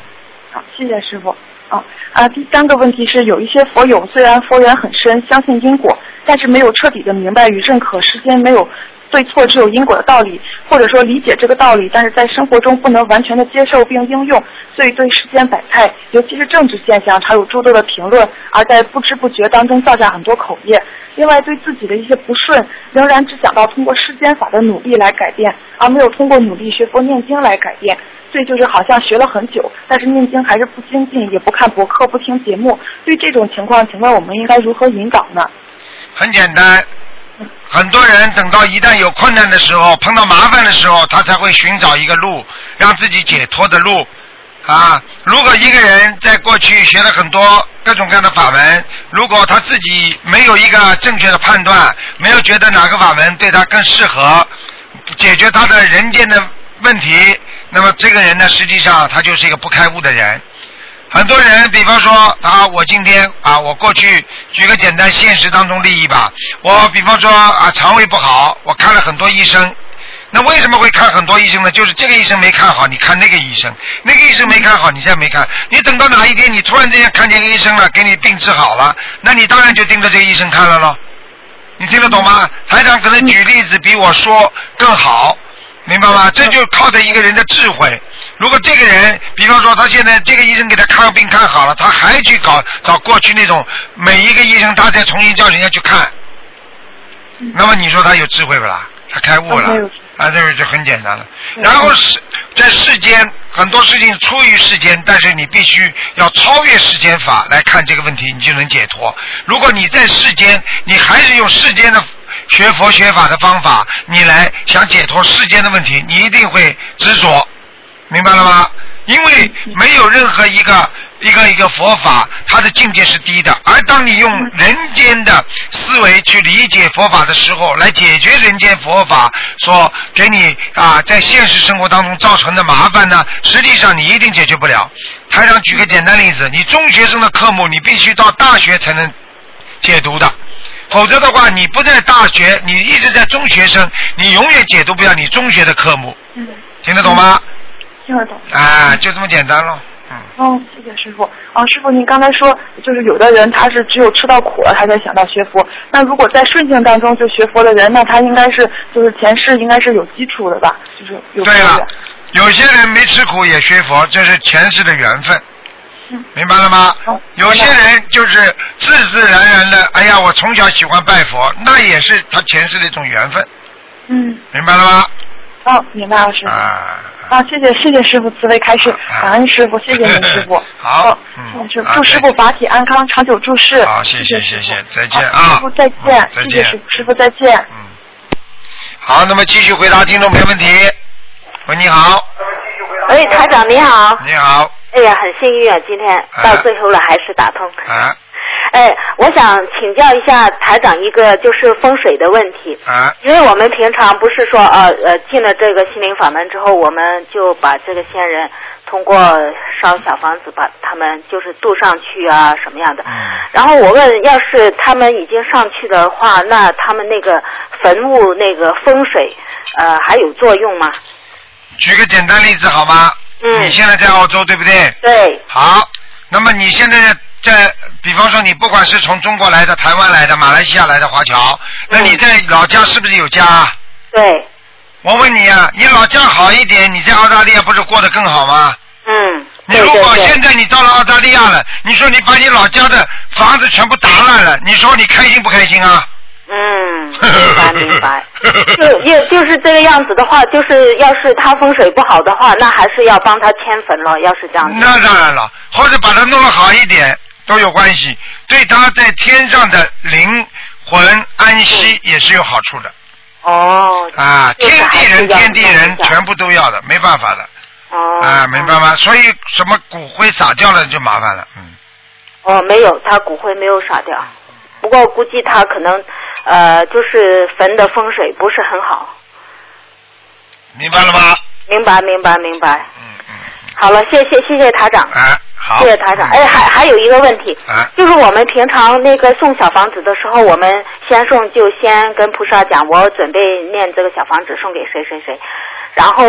C: 好，谢谢师傅。啊啊，第三个问题是，有一些佛友虽然佛缘很深，相信因果，但是没有彻底的明白与认可世间没有对错，只有因果的道理，或者说理解这个道理，但是在生活中不能完全的接受并应用，所以对世间百态，尤其是政治现象，常有诸多的评论，而在不知不觉当中造下很多口业。另外，对自己的一些不顺，仍然只想到通过世间法的努力来改变，而没有通过努力学佛念经来改变。所以就是好像学了很久，但是念经还是不精进，也不看博客，不听节目。对这种情况，请问我们应该如何引导呢？
B: 很简单。很多人等到一旦有困难的时候，碰到麻烦的时候，他才会寻找一个路，让自己解脱的路。啊，如果一个人在过去学了很多各种各样的法门，如果他自己没有一个正确的判断，没有觉得哪个法门对他更适合，解决他的人间的问题，那么这个人呢，实际上他就是一个不开悟的人。很多人，比方说啊，我今天啊，我过去举个简单现实当中例益吧，我比方说啊，肠胃不好，我看了很多医生。那为什么会看很多医生呢？就是这个医生没看好，你看那个医生，那个医生没看好，你再没看，你等到哪一天你突然之间看见一个医生了，给你病治好了，那你当然就盯着这个医生看了喽。你听得懂吗？台长可能举例子比我说更好，明白吗？这就靠着一个人的智慧。如果这个人，比方说他现在这个医生给他看病看好了，他还去搞找过去那种每一个医生，他再重新叫人家去看，那么你说他有智慧不啦？他开悟了
J: 他嗯没有
B: 啊，这个就很简单了。然后是在世间很多事情出于世间，但是你必须要超越世间法来看这个问题，你就能解脱。如果你在世间，你还是用世间的学佛学法的方法，你来想解脱世间的问题，你一定会执着。明白了吗？因为没有任何一个一个一个佛法，它的境界是低的。而当你用人间的思维去理解佛法的时候，来解决人间佛法所给你啊在现实生活当中造成的麻烦呢，实际上你一定解决不了。台长举个简单例子，你中学生的科目，你必须到大学才能解读的。否则的话，你不在大学，你一直在中学生，你永远解读不了你中学的科目。
C: 嗯，
B: 听得懂吗？
C: 听得懂。
B: 啊，就这么简单喽。
C: 哦，谢谢师傅。啊，师傅，您刚才说，就是有的人他是只有吃到苦了，他才想到学佛。那如果在顺境当中就学佛的人，那他应该是就是前世应该是有基础的吧？就是有
B: 对了，有些人没吃苦也学佛，这是前世的缘分。明白了吗？有些人就是自自然然的，哎呀，我从小喜欢拜佛，那也是他前世的一种缘分，
C: 嗯，
B: 明白了吗？
C: 哦，明白了，师傅。
B: 啊，
C: 啊，谢谢谢谢师傅慈悲开示，感恩师傅，谢谢您师傅。
B: 好，啊
C: 嗯，师傅，祝师傅法体安康，长久住世。
B: 好，谢谢谢谢，再见
C: 好师
B: 啊
C: 傅，再见，
B: 再
C: 谢谢
B: 见
C: 师傅，师傅再见。
B: 好，那么继续回答听众朋友问题。喂，你好，
J: 喂，哎台长你好。
B: 你好，
J: 哎呀，很幸运啊，今天到最后了还是打通。
B: 啊
J: 哎，我想请教一下台长一个就是风水的问题。
B: 啊
J: 因为我们平常不是说呃呃进了这个心灵法门之后，我们就把这个先人通过烧小房子把他们就是渡上去啊什么样的。然后我问，要是他们已经上去的话，那他们那个坟墓那个风水呃还有作用吗？
B: 举个简单例子好吗？
J: 嗯
B: 你现在在澳洲对不对？
J: 对。
B: 好，那么你现在在，比方说你不管是从中国来的、台湾来的、马来西亚来的华侨，那你在老家是不是有家啊？
J: 嗯对。
B: 我问你啊，你老家好一点，你在澳大利亚不是过得更好吗？
J: 嗯。
B: 你如果现在你到了澳大利亚了，你说你把你老家的房子全部打烂了，你说你开心不开心啊？
J: 嗯，明白明白。就也就是这个样子的话，就是要是他风水不好的话，那还是要帮他迁坟了。要是这样子，
B: 那当然了，或者把它弄得好一点都有关系，对他在天上的灵魂安息也是有好处的。
J: 哦。
B: 啊，
J: 就是
B: 天地
J: 还是
B: 人，
J: 要
B: 天地
J: 弄
B: 人
J: 一下
B: 全部都要的，没办法的。
J: 哦。
B: 啊，明白吗？所以什么骨灰撒掉了就麻烦了，嗯，
J: 哦，没有，他骨灰没有撒掉，不过估计他可能呃，就是坟的风水不是很好。
B: 明白了吗？
J: 明白明白明白。嗯嗯。好了，谢谢谢谢台长。
B: 啊，好
J: 谢谢台长。哎，还还有一个问题，
B: 啊
J: 就是我们平常那个送小房子的时候，我们先送就先跟菩萨讲，我准备念这个小房子送给谁谁谁，然后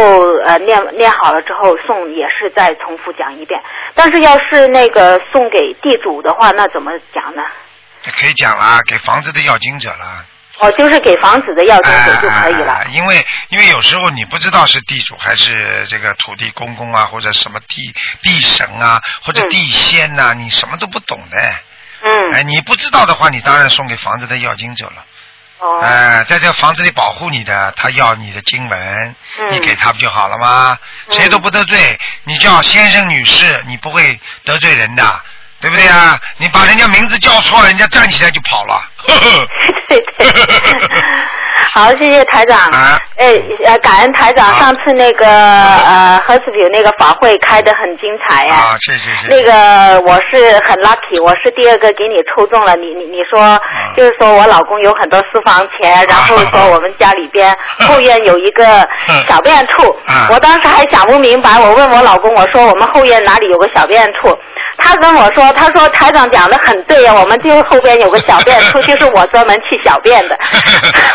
J: 呃念念好了之后送也是再重复讲一遍。但是要是那个送给地主的话，那怎么讲呢？
B: 可以讲啦，给房子的要经者啦。
J: 哦，就是给房子的要经者就可以了。
B: 啊，因为因为有时候你不知道是地主还是这个土地公公啊，或者什么地地神啊，或者地仙呐、你什么都不懂的。
J: 嗯。
B: 哎，你不知道的话，你当然送给房子的要经者了。
J: 哦。
B: 哎，在这房子里保护你的，他要你的经文，
J: 嗯
B: 你给他不就好了吗？谁都不得罪，你叫先生女士，你不会得罪人的。对不对啊？你把人家名字叫错，人家站起来就跑了。呵呵
J: 好，谢谢台长。
B: 啊
J: 哎，呃，感恩台长，上次那个呃 h e r s v i e w 那个法会开得很精彩哎呀、
B: 啊，谢谢谢谢。
J: 那个我是很 lucky，我是第二个给你抽中了。你你你说，就是说我老公有很多私房钱，然后说我们家里边后院有一个小便处
K: 啊，
J: 我当时还想不明白，我问我老公，我说我们后院哪里有个小便处？他跟我说，他说台长讲的很对啊呀，我们就后边有个小便处，就是我专门去小便的。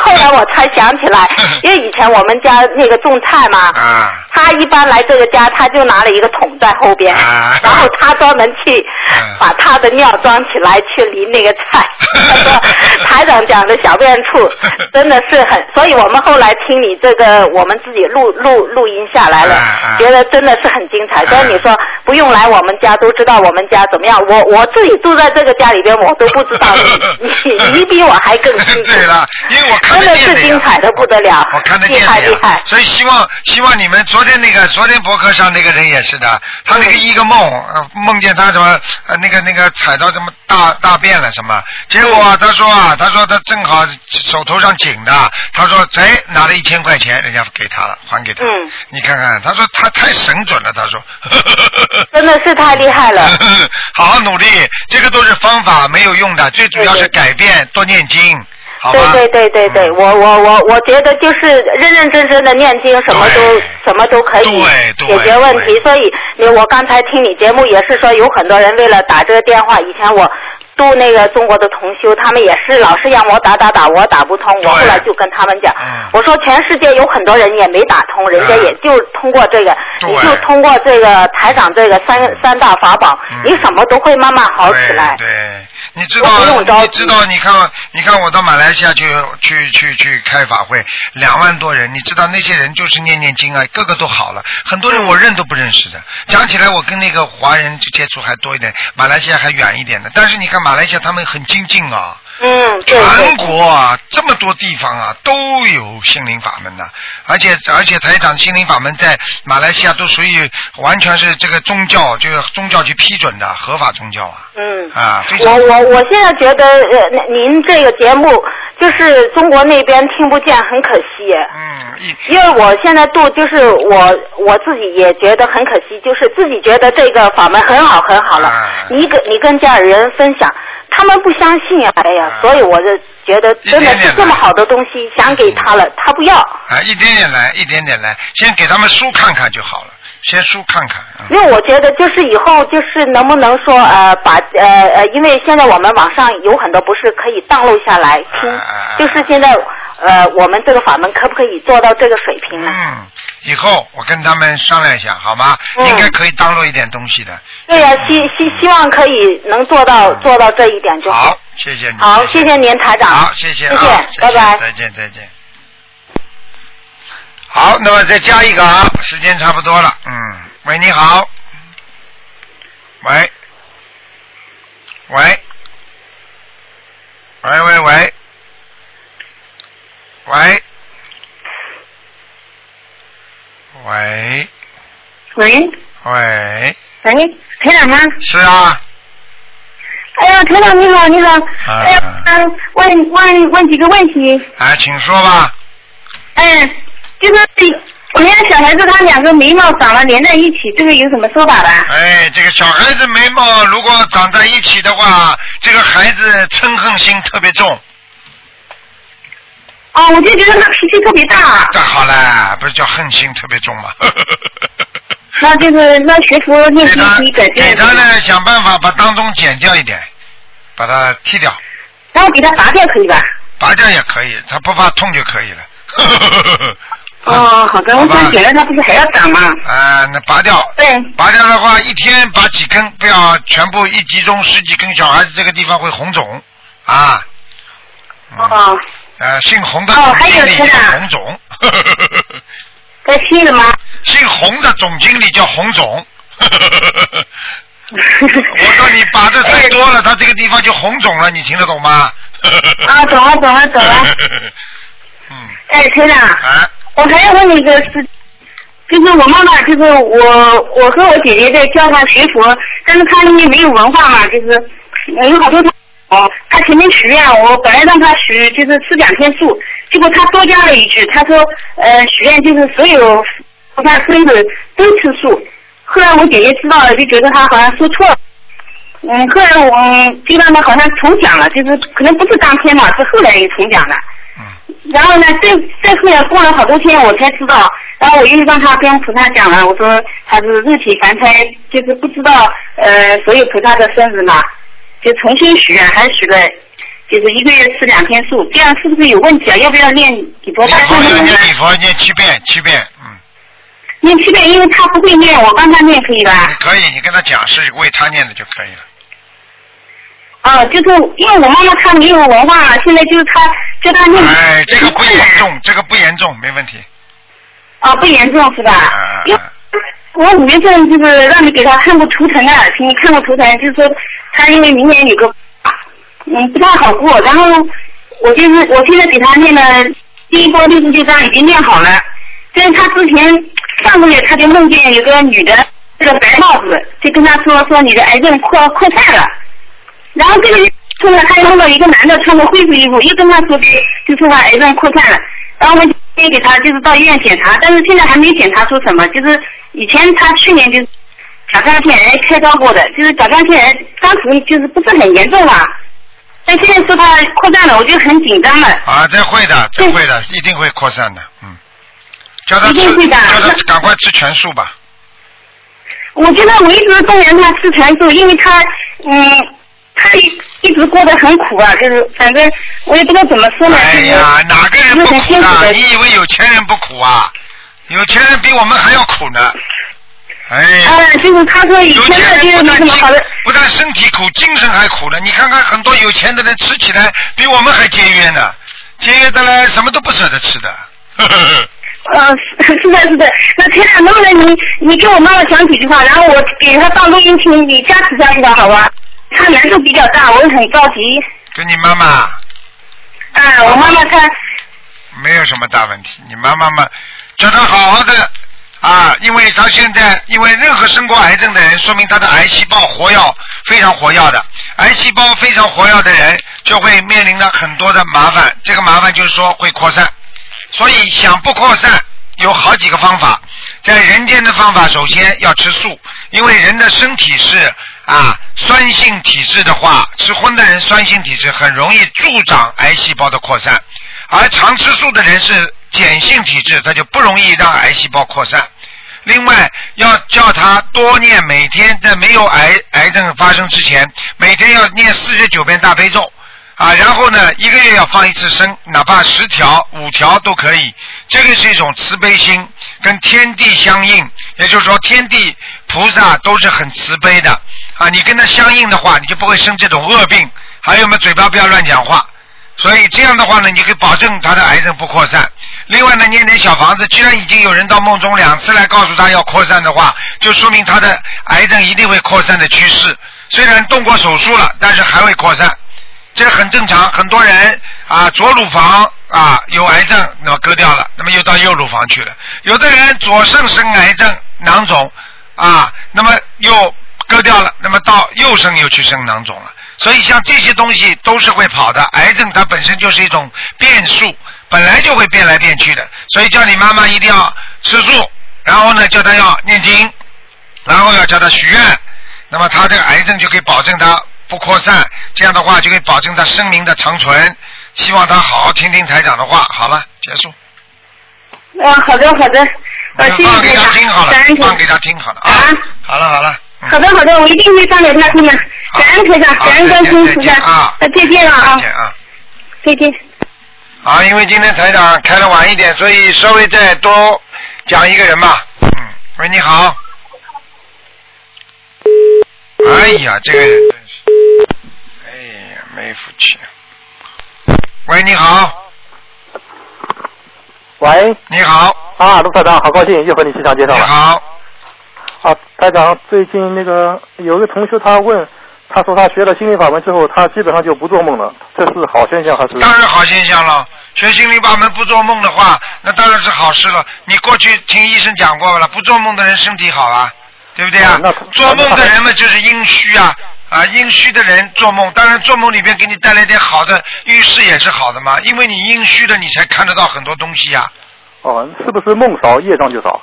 J: 后来我才想起来，因为以前我们家那个种菜嘛，
B: 啊
J: 他一般来这个家，他就拿了一个桶在后边，
B: 啊
J: 然后他专门去
B: 嗯
J: 把他的尿装起来去淋那个 菜。他说台长讲的小便处真的是很，所以我们后来听你这个，我们自己录录录音下来了，
B: 啊
J: 觉得真的是很精彩。所以你说不用来我们家都知道我们家怎么样，我我自己住在这个家里边，我都不 知道你你你比我还更清楚。
B: 对了，因为我看
J: 真
B: 得
J: 的
B: 见
J: 是
B: 的呀
J: 精彩的不得了，
B: 我看得见啊
J: 厉害
B: 的
J: 厉
B: 呀
J: 害。
B: 所以希望希望你们昨天那个昨天博客上那个人也是的，他那个一个梦，呃梦见他什么呃那个那个踩到什么大大便了什么，结果啊他说啊他说他正好手头上紧的，他说哎拿了一千块钱，人家给他了，还给他。
J: 嗯
B: 你看看，他说他太神准了，他说。
J: 真的是太厉害了。
B: 好好努力，这个都是方法，没有用的，最主要是改变，多念经，好吧？嗯
J: 对对对对对，我我我我觉得就是认认真真的念经，什么都什么都可以解决问题。所以你我刚才听你节目也是说，有很多人为了打这个电话，以前我度那个中国的同修，他们也是老是让我打打打，我打不通。我后来就跟他们讲，
B: 嗯
J: 我说全世界有很多人也没打通，人家也就通过这个，你就通过这个台长这个三三大法宝，
B: 嗯
J: 你什么都会慢慢好起来。
B: 对，哎你知道，你知道，你看，你看我到马来西亚去去去去开法会，两万多人，你知道那些人就是念念经啊，个个都好了，很多人我认都不认
J: 嗯
B: 识的。讲起来，我跟那个华人就接触还多一点，马来西亚还远一点的。但是你看马来西亚他们很精进啊，
J: 嗯，对对
B: 全国啊这么多地方啊都有心灵法门的、而且而且台长心灵法门在马来西亚都属于完全是这个宗教，就是宗教局批准的合法宗教啊
J: 嗯，
B: 啊，非
J: 我
B: 常
J: 我我现在觉得呃，您这个节目就是中国那边听不见，很可惜。
B: 嗯，
J: 因为我现在度就是我我自己也觉得很可惜，就是自己觉得这个法门很好很好了，
B: 啊
J: 你跟你跟家里人分享，他们不相信啊，哎呀，所以我就觉得真的是这么好的东西想给他了，他不要。
B: 啊，一点点来，一点点来，先给他们书看看就好了，先书看看。嗯
J: 因为我觉得就是以后就是能不能说呃把呃呃，因为现在我们网上有很多不是可以荡录下来听，就是现在呃我们这个法门可不可以做到这个水平呢？
B: 嗯，以后我跟他们商量一下，好吗？
J: 嗯
B: 应该可以当做一点东西的。
J: 对呀、希希希望可以能做到做到这一点就嗯好。
B: 谢谢你。
J: 好，谢谢您台长。
B: 好，谢谢啊，
J: 谢谢，拜拜。
B: 再见，再见。好，那么再加一个啊，时间差不多了。嗯，喂，你好。喂，喂，喂喂喂，喂，喂，
K: 喂，
B: 喂，
K: 喂，台长吗？
B: 是啊，
K: 哎呀，台长你好，你好，
B: 啊，
K: 嗯，问问问几个问题，
B: 哎，请说吧。
K: 嗯，就是我们家小孩子他两个眉毛长了连在一起，这个有什么说法吧？
B: 哎，这个小孩子眉毛如果长在一起的话，这个孩子嗔恨心特别重。
K: 哦，我就觉得他脾气特别大，
B: 这好了，不是叫恨心特别重吗？
K: 那就是那学佛念经可以改
B: 给
K: 变，
B: 他呢，想办法把当中减掉一点，把它剃掉，
K: 然后给他拔掉可以吧？
B: 拔掉也可以，他不怕痛就可以了。
K: 哦，好的，我想剪了他不是还要长吗？
B: 啊，那拔掉。
K: 对。
B: 拔掉的话，一天拔几根，不要全部一集中十几根。小孩子这个地方会红肿啊。
K: 哦。
B: 呃，姓洪的
K: 哦
B: 总
K: 还有
B: 经理
K: 是
B: 叫
K: 吧
B: 洪 总。
K: 他信了吗？
B: 姓洪的总经理叫洪 总。我说你拔的太多了，他这个地方就红肿了，你听得懂吗？
K: 啊，懂了，懂了，懂了。哎，台长，
B: 啊
K: 我还要问你一个事，就是我妈妈，就是我，我和我姐姐在教她学佛，但是她因为没有文化嘛，就是呃有好多她哦，她前面许愿，我本来让她许就是吃两天素，结果她多加了一句，她说呃许愿就是所有菩萨孙子都吃素。后来我姐姐知道了，就觉得她好像说错了。嗯，后来我嗯就让她好像重讲了，就是可能不是当天嘛，是后来又重讲的。然后呢，再再后来过了好多天，我才知道。然后我又让他跟菩萨讲了，我说他是肉体凡胎，就是不知道呃所有菩萨的孙子嘛，就重新许愿，还许了就是一个月吃两天素，这样是不是有问题啊？要不要念礼佛大忏悔文呢？
B: 念礼佛念七遍，七遍，嗯，
K: 念七遍，因为他不会念，我帮他念可以吧？
B: 你 可以，你跟他讲是为他念的就可以了。
K: 啊，就是因为我妈妈她没有文化，现在就是她叫她念
B: 哎，这个不严重，这个不严重，没问题。
K: 啊不严重是吧？
B: 啊，
K: 因为我五月份就是让你给他看过图腾的，啊请你看过图腾，就是说他因为明年有个嗯不太好过，然后我就是我现在给他念了第一波六十六章已经念好了，但是他之前上个月他就梦见有个女的，这个白帽子就跟他说说你的癌症扩扩散了，然后这个突然他又梦到一个男的穿着灰色衣服，又跟他说就说他癌症扩散了，然后我们先给他就是到医院检查，但是现在还没检查出什么，就是以前他去年就是甲状腺癌开刀过的，就是甲状腺癌当时就是不是很严重嘛，但现在说他扩散了，我就很紧张了。
B: 啊，这会的，这会的，一定会扩散的，嗯。叫他
K: 一
B: 吃，
K: 定会的
B: 叫他赶快吃全素 吧。
K: 我觉得我一直动员他吃全素，因为他，嗯，他一一直过得很苦啊，就是反正我也不知道怎么说呢，
B: 哎
K: 就是
B: 呀，哪个人
K: 就
B: 不
K: 很
B: 苦
K: 辛苦
B: 啊？
K: 的。
B: 你以为有钱人不苦啊？有钱人比我们还要苦呢。哎。
K: 哎就是他说以
B: 有
K: 前
B: 钱
K: 的
B: 人
K: 就
B: 不
K: 是
B: 但
K: 没什么
B: 精
K: 好的
B: 不但身体苦，精神还苦呢。你看看很多有钱的人吃起来比我们还节约呢，节约的嘞什么都不舍得吃的。呵呵呵
K: 呃，是是的，是的。那台长，能不能你你给我妈妈讲几句话，然后我给她放录音听，你加持加持她，好吧？她难度比较大，我也很着急。
B: 跟你妈妈
K: 啊，我妈妈她
B: 没有什么大问题，你妈妈嘛，叫她好好的啊，因为她现在因为任何生过癌症的人，说明她的癌细胞活跃非常活跃的，癌细胞非常活跃的人就会面临着很多的麻烦，这个麻烦就是说会扩散，所以想不扩散有好几个方法，在人间的方法，首先要吃素，因为人的身体是啊酸性体质的话，吃荤的人酸性体质很容易助长癌细胞的扩散，而常吃素的人是碱性体质，它就不容易让癌细胞扩散。另外，要叫他多念，每天在没有癌癌症发生之前，每天要念四十九遍大悲咒啊。然后呢，一个月要放一次生，哪怕十条、五条都可以。这个是一种慈悲心，跟天地相应，也就是说，天地菩萨都是很慈悲的啊。你跟他相应的话，你就不会生这种恶病。还有嘛，嘴巴不要乱讲话。所以这样的话呢，你可以保证他的癌症不扩散。另外呢，念点小房子，居然已经有人到梦中两次来告诉他要扩散的话，就说明他的癌症一定会扩散的趋势。虽然动过手术了，但是还会扩散，这很正常。很多人啊，左乳房啊有癌症，那么割掉了，那么又到右乳房去了。有的人左肾生癌症囊肿啊，那么又割掉了，那么到右肾又去生囊肿了。所以像这些东西都是会跑的，癌症它本身就是一种变数，本来就会变来变去的。所以叫你妈妈一定要吃素，然后呢叫她要念经，然后要叫她许愿，那么她这个癌症就可以保证她不扩散，这样的话就可以保证她生命的长存。希望她好好听听台长的话。好了，结束。
K: 啊，好的好的，呃，谢谢
B: 嗯放给
K: 台
B: 她听好
K: 长，
B: 了
K: 感，恩
B: 放
K: 台
B: 给她听好了啊。好了好了，嗯
K: 好的好的，我一定会放给她听的，感恩台长，
B: 好
K: 感恩
B: 再
K: 观
B: 见
K: 世音
B: 再
K: 菩
B: 见
K: 萨
B: 啊，
K: 那再见了啊
B: 再，见啊。
K: 再见。
B: 啊，因为今天台长开的晚一点，所以稍微再多讲一个人吧。嗯，喂，你好。哎呀，这个人真是，哎呀，没福气。喂，你好，
L: 喂，
B: 你好。
L: 啊，卢台长，好高兴又和你气场接上了。你
B: 好。
L: 啊，台长，最近那个有个同学他问，他说他学了心灵法门之后，他基本上就不做梦了，这是好现象还是？
B: 当然好现象了。学心灵法门不做梦的话，那当然是好事了。你过去听医生讲过了，不做梦的人身体好啊，对不对啊？做梦的人嘛，就是阴虚啊。啊，阴虚的人做梦，当然做梦里边给你带来点好的预示也是好的嘛，因为你阴虚的，你才看得到很多东西啊呀、
L: 哦，是不是梦少业障就少？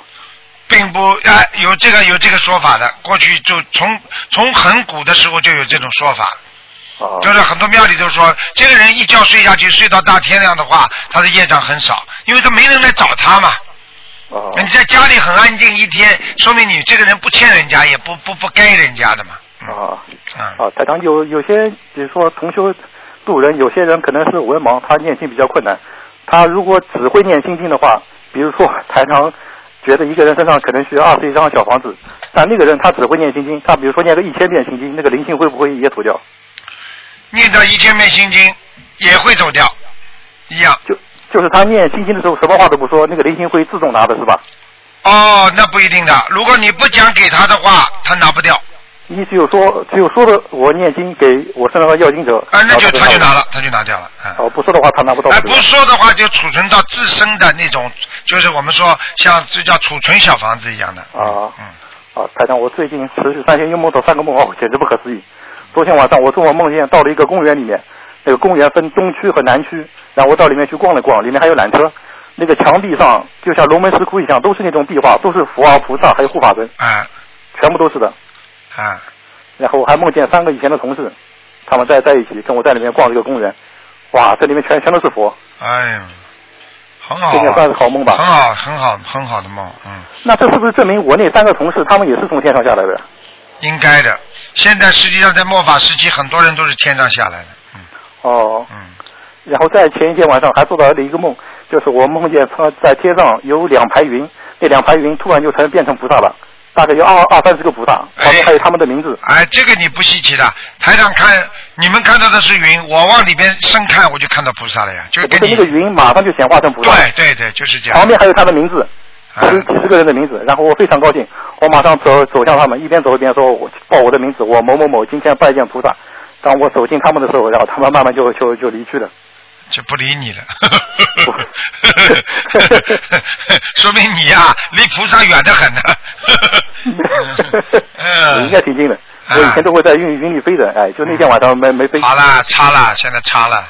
B: 并不啊，有这个有这个说法的，过去就从从很古的时候就有这种说法。就是很多庙里都说，这个人一觉睡下去，睡到大天亮的话，他的业障很少，因为他没人来找他嘛。
L: 哦。
B: 你在家里很安静一天，说明你这个人不欠人家，也不不不该人家的嘛。
L: 啊
B: 嗯
L: 啊，台长有有些，比如说同修渡人，有些人可能是文盲，他念经比较困难。他如果只会念心经的话，比如说 台长觉得一个人身上可能需要二十一张小房子，但那个人他只会念心经，他比如说念个一千遍心经，那个灵性会不会也走掉？
B: 念到一千遍心经也会走掉，一样。
L: 就是他念心经的时候什么话都不说，那个灵性会自动拿的是吧？
B: 哦，那不一定的。如果你不讲给他的话，他拿不掉，
L: 你只有说，只有说的我念经给我身上的要经者，
B: 啊，那就
L: 然后
B: 他就拿了，他就拿掉了。嗯
L: 哦，不说的话他拿不到。
B: 哎，不说的话，就储存到自身的那种，就是我们说像这叫储存小房子一样的。
L: 啊，啊，台长，我最近持续三天又梦到三个梦，哦，简直不可思议。昨天晚上我做梦梦见到了一个公园里面，那个公园分东区和南区，然后我到里面去逛了逛，里面还有缆车，那个墙壁上就像龙门石窟一样，都是那种壁画，都是佛啊、菩萨还有护法神，
B: 啊
L: 全部都是的。
B: 啊，
L: 然后我还梦见三个以前的同事，他们在在一起跟我在里面逛这个公园，哇，这里面全全都是佛，
B: 哎呀，很好
L: 这也算是
B: 啊，
L: 好梦吧？
B: 很好，很好，很好的梦，嗯，
L: 那这是不是证明我那三个同事他们也是从天上下来的？
B: 应该的。现在实际上在末法时期，很多人都是天上下来的。
L: 哦，嗯，然后在前一天晚上还做到了一个梦，就是我梦见他在天上有两排云，那两排云突然就成变成菩萨了，大概有二二三十个菩萨，旁边还有他们的名字。
B: 哎，这个你不稀奇的。台上看你们看到的是云，我往里边深看，我就看到菩萨了呀，就是
L: 不
B: 跟
L: 是
B: 你
L: 那个云马上就显化成菩萨，
B: 对对对，嗯就是这样。
L: 旁边还有他的名字，是几十个人的名字。然后我非常高兴，我马上走走向他们，一边走一边说我报我的名字，我某某某今天拜见菩萨。当我走近他们的时候，然后他们慢慢就就就离去了。
B: 就不理你了，说明你呀、离菩萨远得很呢、
L: 我
B: 嗯
L: 应该挺近的，我以前都会在云云里飞的，哎，就那天晚上没没飞。
B: 好啦，差啦，现在差啦，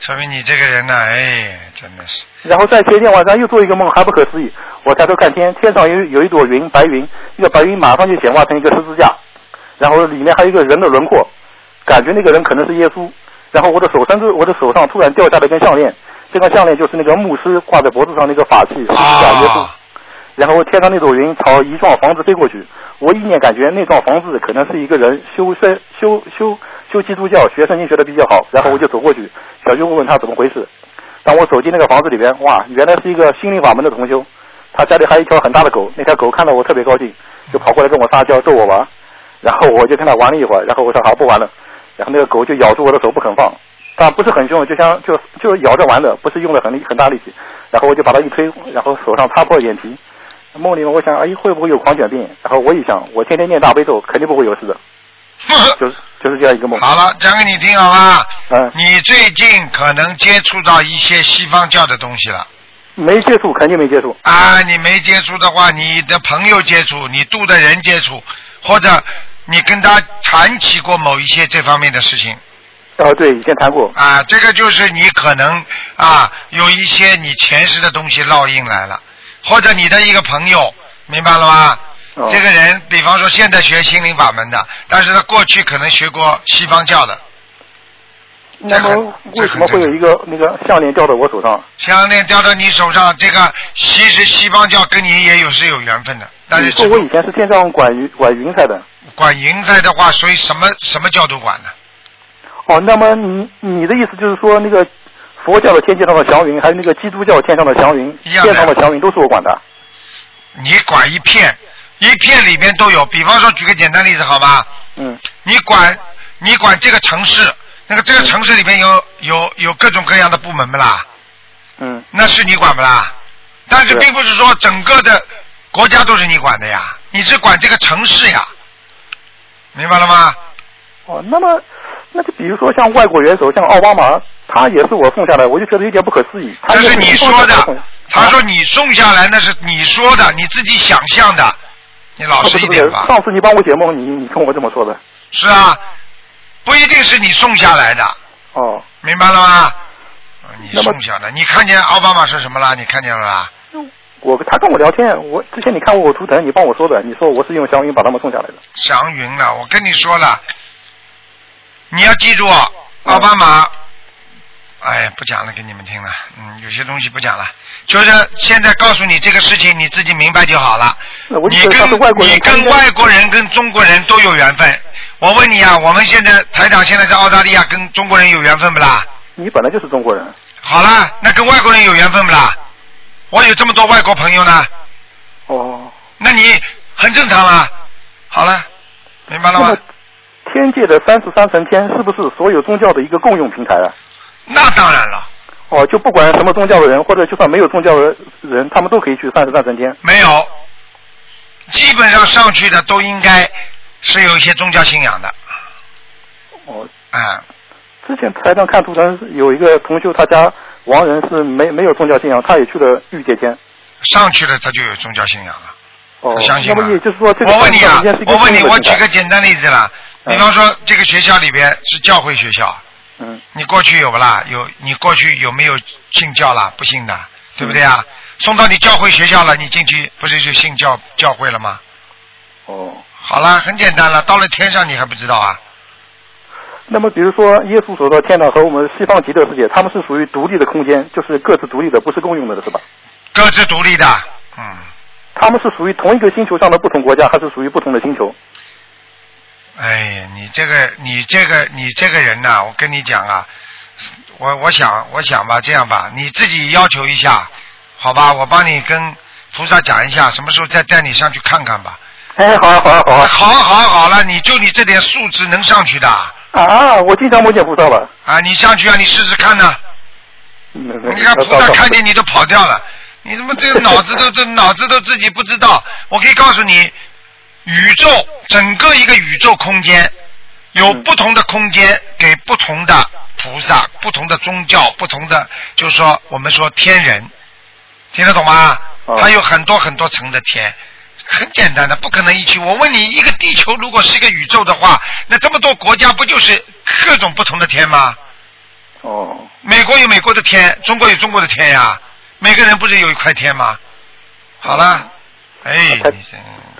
B: 说明你这个人呢、哎，真的是，
L: 然后在前天晚上又做一个梦，还不可思议。我抬头看天，天上有有一朵云，白云，那个白云马上就显化成一个十字架，然后里面还有一个人的轮廓，感觉那个人可能是耶稣。然后我的手上就我的手上突然掉下来一根项链，这根项链就是那个牧师挂在脖子上那个法器，是假耶稣。然后天上那朵云朝一幢房子飞过去，我一眼感觉那幢房子可能是一个人修身修修修基督教学圣经学的比较好，然后我就走过去，小舅问他怎么回事。当我走进那个房子里边，哇，原来是一个心灵法门的同修，他家里还有一条很大的狗，那条狗看到我特别高兴，就跑过来跟我撒娇逗我玩，然后我就跟他玩了一会儿，然后我说好不玩了，然后那个狗就咬住我的手不肯放，但不是很凶，就像就就咬着玩的，不是用了很力很大力气，然后我就把它一推，然后手上擦破眼皮。梦里面我想，哎，会不会有狂犬病？然后我一想，我天天念大悲咒，肯定不会有事的。就是就是这样一个梦。
B: 好了，讲给你听好吧，
L: 嗯，
B: 你最近可能接触到一些西方教的东西了。
L: 没接触，肯定没接触。
B: 啊，你没接触的话，你的朋友接触，你度的人接触，或者你跟他谈起过某一些这方面的事情
L: 哦，对，以前谈过。
B: 啊，这个就是你可能啊有一些你前世的东西烙印来了，或者你的一个朋友，明白了吗？
L: 哦
B: 这个人，比方说现在学心灵法门的，但是他过去可能学过西方教的，
L: 那么为什么会有一个那个项链掉到我手上？
B: 项链掉到你手上，这个其实西方教跟你也有是有缘分的，但
L: 你
B: 是
L: 说
B: 只
L: 我以前是天上管云管云彩的。
B: 管云彩的话，属于什么什么教都管的。
L: 哦，那么你你的意思就是说，那个佛教的天界上的祥云，还有那个基督教天上的祥云，
B: 一样的
L: 天上的祥云都是我管的。
B: 你管一片，一片里面都有。比方说，举个简单例子好吧？
L: 嗯。
B: 你管你管这个城市，那个这个城市里面有有有各种各样的部门不啦？
L: 嗯。
B: 那是你管不啦？但是
L: 对
B: 并不是说整个的国家都是你管的呀，你是管这个城市呀，明白了吗？
L: 哦，那么那就比如说像外国元首，像奥巴马，他也是我送下来，我就觉得有点不可思议。他
B: 这是你说
L: 的，
B: 他说你送下来那是你说的，你自己想象的，你老实一点吧
L: 不是不是。上次你帮我解梦，你你跟我这么说的。
B: 是啊，不一定是你送下来的。
L: 哦。嗯
B: 明白了吗？呃你送下来，你看见奥巴马是什么啦？你看见了啦？
L: 我他跟我聊天，我之前你看过我图腾，你帮我说的，你说我是用祥云把他们送下来的。
B: 祥云了，我跟你说了，你要记住，
L: 嗯
B: 奥巴马。哎，不讲了，给你们听了。嗯，有些东西不讲了，就是现在告诉你这个事情，你自己明白就好了。
L: 那我就
B: 你
L: 觉得他
B: 跟
L: 是外国人
B: 你跟外国人跟中国人都有缘分。我问你啊，我们现在台长现在在澳大利亚，跟中国人有缘分不啦？
L: 你本来就是中国人，
B: 好啦，那跟外国人有缘分不啦？我有这么多外国朋友呢。
L: 哦。
B: 那你很正常啦。好了，明白了吗？
L: 天界的三十三层天是不是所有宗教的一个共用平台啊？
B: 那当然了，
L: 哦，就不管什么宗教的人，或者就算没有宗教的人，他们都可以去三十三层天。
B: 没有，基本上上去的都应该是有一些宗教信仰的。
L: 哦。
B: 啊、
L: 之前台上看图腾有一个同修，他家亡人是没没有宗教信仰，他也去了御界天。
B: 上去了他就有宗教信仰了。
L: 哦，
B: 相信
L: 那
B: 吧
L: 么也就是说，这个
B: 我问你啊
L: 三十三层天是一，嗯个
B: 我问你，
L: 共用
B: 我
L: 的
B: 举
L: 平台
B: 个简单例子啦，比方说这个学校里边是教会学校，
L: 嗯，
B: 你过去有不啦？有，你过去有没有信教啦？不信的，对不对
L: 嗯
B: 啊？送到你教会学校了，你进去不是就信教教会了吗？
L: 哦。
B: 好啦，很简单了，到了天上你还不知道啊？
L: 那么，比如说耶稣所说的天堂和我们西方极乐世界，他们是属于独立的空间，就是各自独立的，不是共用的，是吧？
B: 各自独立的，嗯
L: 他们是属于同一个星球上的不同国家，还是属于不同的星球？
B: 哎，你这个，你这个，你这个人呐、我跟你讲啊，我我想，我想吧，这样吧，你自己要求一下，好吧，我帮你跟菩萨讲一下，什么时候再带你上去看看吧。
L: 哎，好啊好啊好啊
B: 好好好了，你就你这点素质能上去的啊？
L: 啊！我经常梦见菩萨了。
B: 你上去啊，你试试看呐、你
L: 你
B: 看菩萨看见你都跑掉了，你他妈这个脑子都这脑子都自己不知道。我可以告诉你，宇宙整个一个宇宙空间有不同的空间给不同的菩萨、不同的宗教、不同的，就是说我们说天人，听得懂吗？它有很多很多层的天。很简单的，不可能一起。我问你，一个地球如果是一个宇宙的话，那这么多国家不就是各种不同的天吗？
L: 哦，
B: 美国有美国的天，中国有中国的天呀。每个人不是有一块天吗？好了，哎，你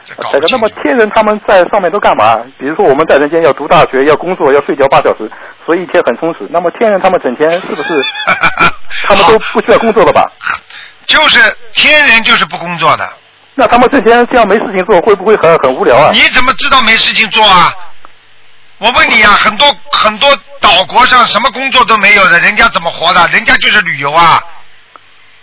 B: 这这搞
L: 那么天人他们在上面都干嘛？比如说我们在人间要读大学，要工作，要睡觉八小时，所以一天很充实。那么天人他们整天是不是他们都不需要工作了吧？
B: 就是天人就是不工作的。
L: 那他们整天这样没事情做，会不会很很无聊啊？
B: 你怎么知道没事情做啊？我问你啊，很多很多岛国上什么工作都没有的，人家怎么活的？人家就是旅游啊，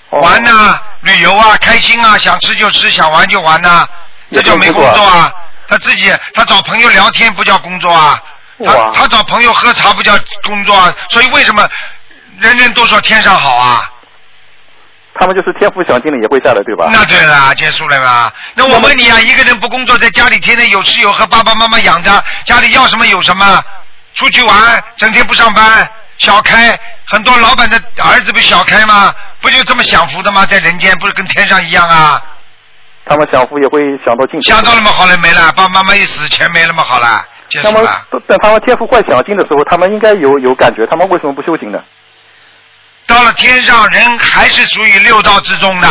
B: 玩呐、旅游啊，开心啊，想吃就吃，想玩就玩呐、这叫没工
L: 也没
B: 作
L: 工作
B: 啊。他自己他找朋友聊天不叫工作啊，他
L: 哇
B: 他找朋友喝茶不叫工作啊。所以为什么人人都说天上好啊？
L: 他们就是天赋想尽了也会下来，对吧？
B: 那对了，啊结束了吧？那我问你啊，一个人不工作，在家里天天有吃有喝，爸爸妈妈养着，家里要什么有什么，出去玩，整天不上班，小开，很多老板的儿子不小开吗？不就这么享福的吗？在人间不是跟天上一样啊？
L: 他们享福也会想到尽头。
B: 想到了吗？好了没了，爸爸妈妈一死，钱没了吗？好了，结束
L: 那么
B: 了。
L: 等他们天赋快享尽的时候，他们应该有有感觉，他们为什么不修行呢？
B: 到了天上，人还是属于六道之中的，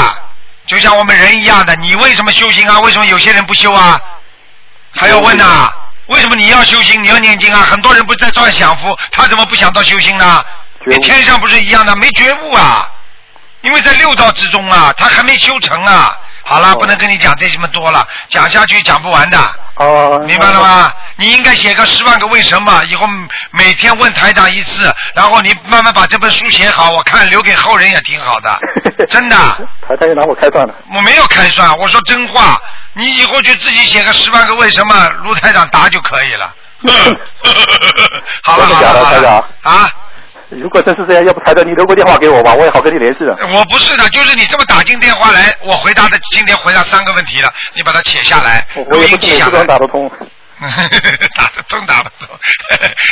B: 就像我们人一样的。你为什么修行啊？为什么有些人不修啊？还要问呐、啊为什么你要修行？你要念经啊？很多人不在照样享福，他怎么不想到修行呢？跟天上不是一样的，没觉悟啊！因为在六道之中啊，他还没修成啊。好了，不能跟你讲这么多了，讲下去讲不完的。
L: 哦，
B: 明白了吗？你应该写个十万个为什么，以后每天问台长一次，然后你慢慢把这本书写好，我看留给后人也挺好的，真的。
L: 他他就拿我开涮了。
B: 我没有开涮，我说真话。你以后就自己写个十万个为什么，卢台长答就可以了。好了
L: 真的
B: 好
L: 假的，
B: 了好
L: 台
B: 了，
L: 长？
B: 啊？
L: 如果真是这样，要不台长你留个电话给我吧，我也好跟你联系的。
B: 我不是的，就是你这么打进电话来，我回答的今天回答三个问题了，你把它写下来，
L: 我
B: 录
L: 也不
B: 音
L: 是每
B: 记下
L: 次都
B: 来
L: 能。打得通。
B: 打得中打不中，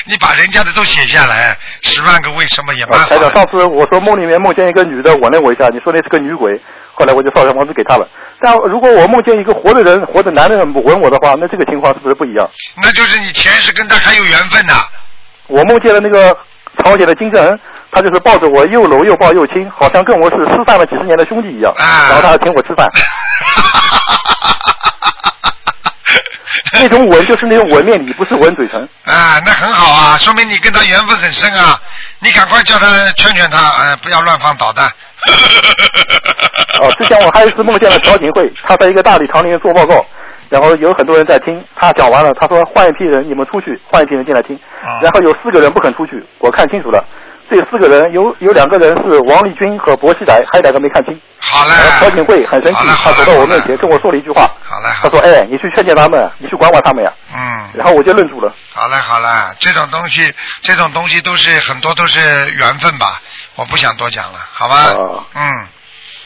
B: 你把人家的都写下来，十万个为什么也蛮
L: 啊
B: 好
L: 台长，
B: 的。
L: 上次我说梦里面梦见一个女的吻了我一下，你说那是个女鬼，后来我就烧小房子给她了。但如果我梦见一个活的人，活的男人吻我的话，那这个情况是不是不一样？
B: 那就是你前世跟他还有缘分呐、
L: 我梦见了那个朝鲜的金正恩，他就是抱着我又搂又抱又亲，好像跟我是失散了几十年的兄弟一样，然后他还请我吃饭。那种吻就是那种吻面礼，不是吻嘴唇。
B: 啊，那很好啊，说明你跟他缘分很深啊。你赶快叫他劝劝他，呃，不要乱放导弹。
L: 哦，之前我还有一次梦见了朴槿惠，她在一个大礼堂里面做报告，然后有很多人在听，她讲完了，她说换一批人，你们出去，换一批人进来听，
J: 嗯
B: 啊
L: 然后有四个人不肯出去，我看清楚了，这四个人有有两个人是王立军和薄熙来，还有两个没看清。
B: 好嘞。
L: 朴槿惠很生气，她走到我面前跟我说了一句话，
B: 好嘞，好
L: 她说，
B: 嘞
L: 哎，你去劝劝他们，你去管管他们呀。
B: 嗯。
L: 然后我就愣住了。
B: 好了好了，这种东西，这种东西都是很多都是缘分吧，我不想多讲了，好吧？
L: 哦
B: 嗯，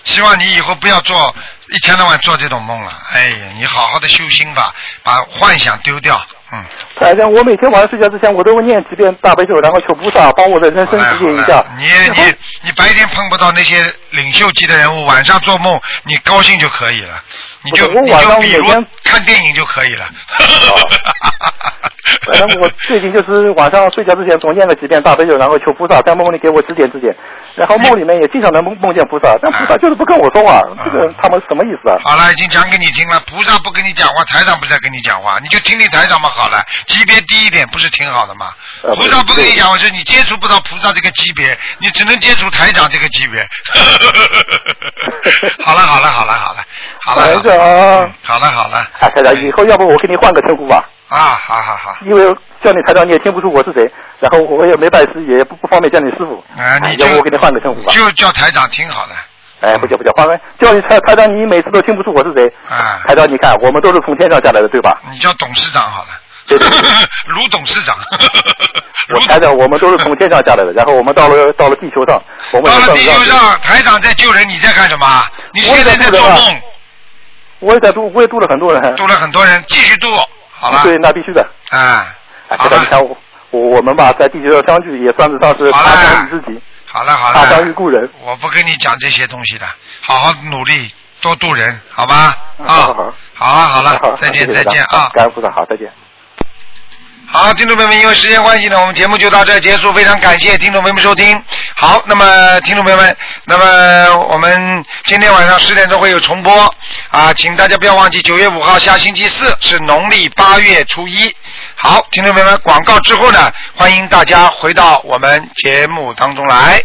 B: 希望你以后不要做一天到晚做这种梦了。哎呀，你好好的修心吧，把幻想丢掉。嗯，
L: 反正我每天晚上睡觉之前，我都会念几遍大悲咒，然后求菩萨帮我的人生指点一下。
B: 你你你白天碰不到那些领袖级的人物，晚上做梦你高兴就可以了，你就
L: 不是我
B: 你
L: 晚
B: 就
L: 上
B: 比
L: 每
B: 如
L: 天哦
B: 看电影就可以了。
L: 反正我最近就是晚上睡觉之前总念了几遍大悲咒，然后求菩萨在梦里给我指点指点，然后梦里面也经常能梦梦见菩萨，但菩萨就是不跟我说
B: 嗯
L: 话，这个他们什么意思啊？
B: 好了，已经讲给你听了。菩萨不跟你讲话，台长不在跟你讲话，你就听听台长嘛。好了，级别低一点不是挺好的吗？
L: 呃
B: 菩萨不跟你讲话，就是你接触不到菩萨这个级别，你只能接触台长这个级别。 好了好了好了好了好了
L: 台长，
B: 好了好了，
L: 哎啊台长，以后要不我给你换个称呼吧？
B: 啊，好好好，
L: 因为叫你台长你也听不出我是谁，然后我也没拜师，也不不方便叫你师傅。哎
B: 啊，你
L: 要
B: 就
L: 不我给你换个称呼吧？
B: 就叫台长挺好的，
L: 哎，不叫不叫，换个叫你台台长，你每次都听不出我是谁。
B: 啊，
L: 台长，你看我们都是从天上下来的，对吧？
B: 你叫董事长好了，
L: 对对
B: 卢董事长。
L: 我台长，我们都是从天上下来的，然后我们到了到了地球上，我们
B: 到
L: 也
B: 了
L: 算
B: 地
L: 不
B: 球
L: 上。
B: 上，台长在救人，你在干什么？你
L: 我也
B: 现
L: 在
B: 在在
L: 度
B: 做
L: 人啊
B: 梦，
L: 我也在度，我也度了很多人。
B: 度了很多人，继续度，好了。
L: 对，那必须的。
B: 啊，
L: 哎，台长，你看我我我们吧，在地球上相聚，也算是当时他乡遇知己，
B: 好了好
L: 他乡遇
B: 了，
L: 故人。
B: 我不跟你讲这些东西的，好好努力，多度人，好吧？
L: 嗯好好
B: 啊，
L: 好，
B: 好啊好
L: 好
B: 了，再见
L: 谢谢台
B: 再
L: 长
B: 见啊！
L: 感恩菩萨，好，再见。
B: 好，听众朋友们，因为时间关系呢，我们节目就到这儿结束。非常感谢听众朋友们收听。好，那么听众朋友们，那么我们今天晚上十点钟会有重播啊，请大家不要忘记，九月五号下星期四是农历八月初一。好，听众朋友们，广告之后呢，欢迎大家回到我们节目当中来。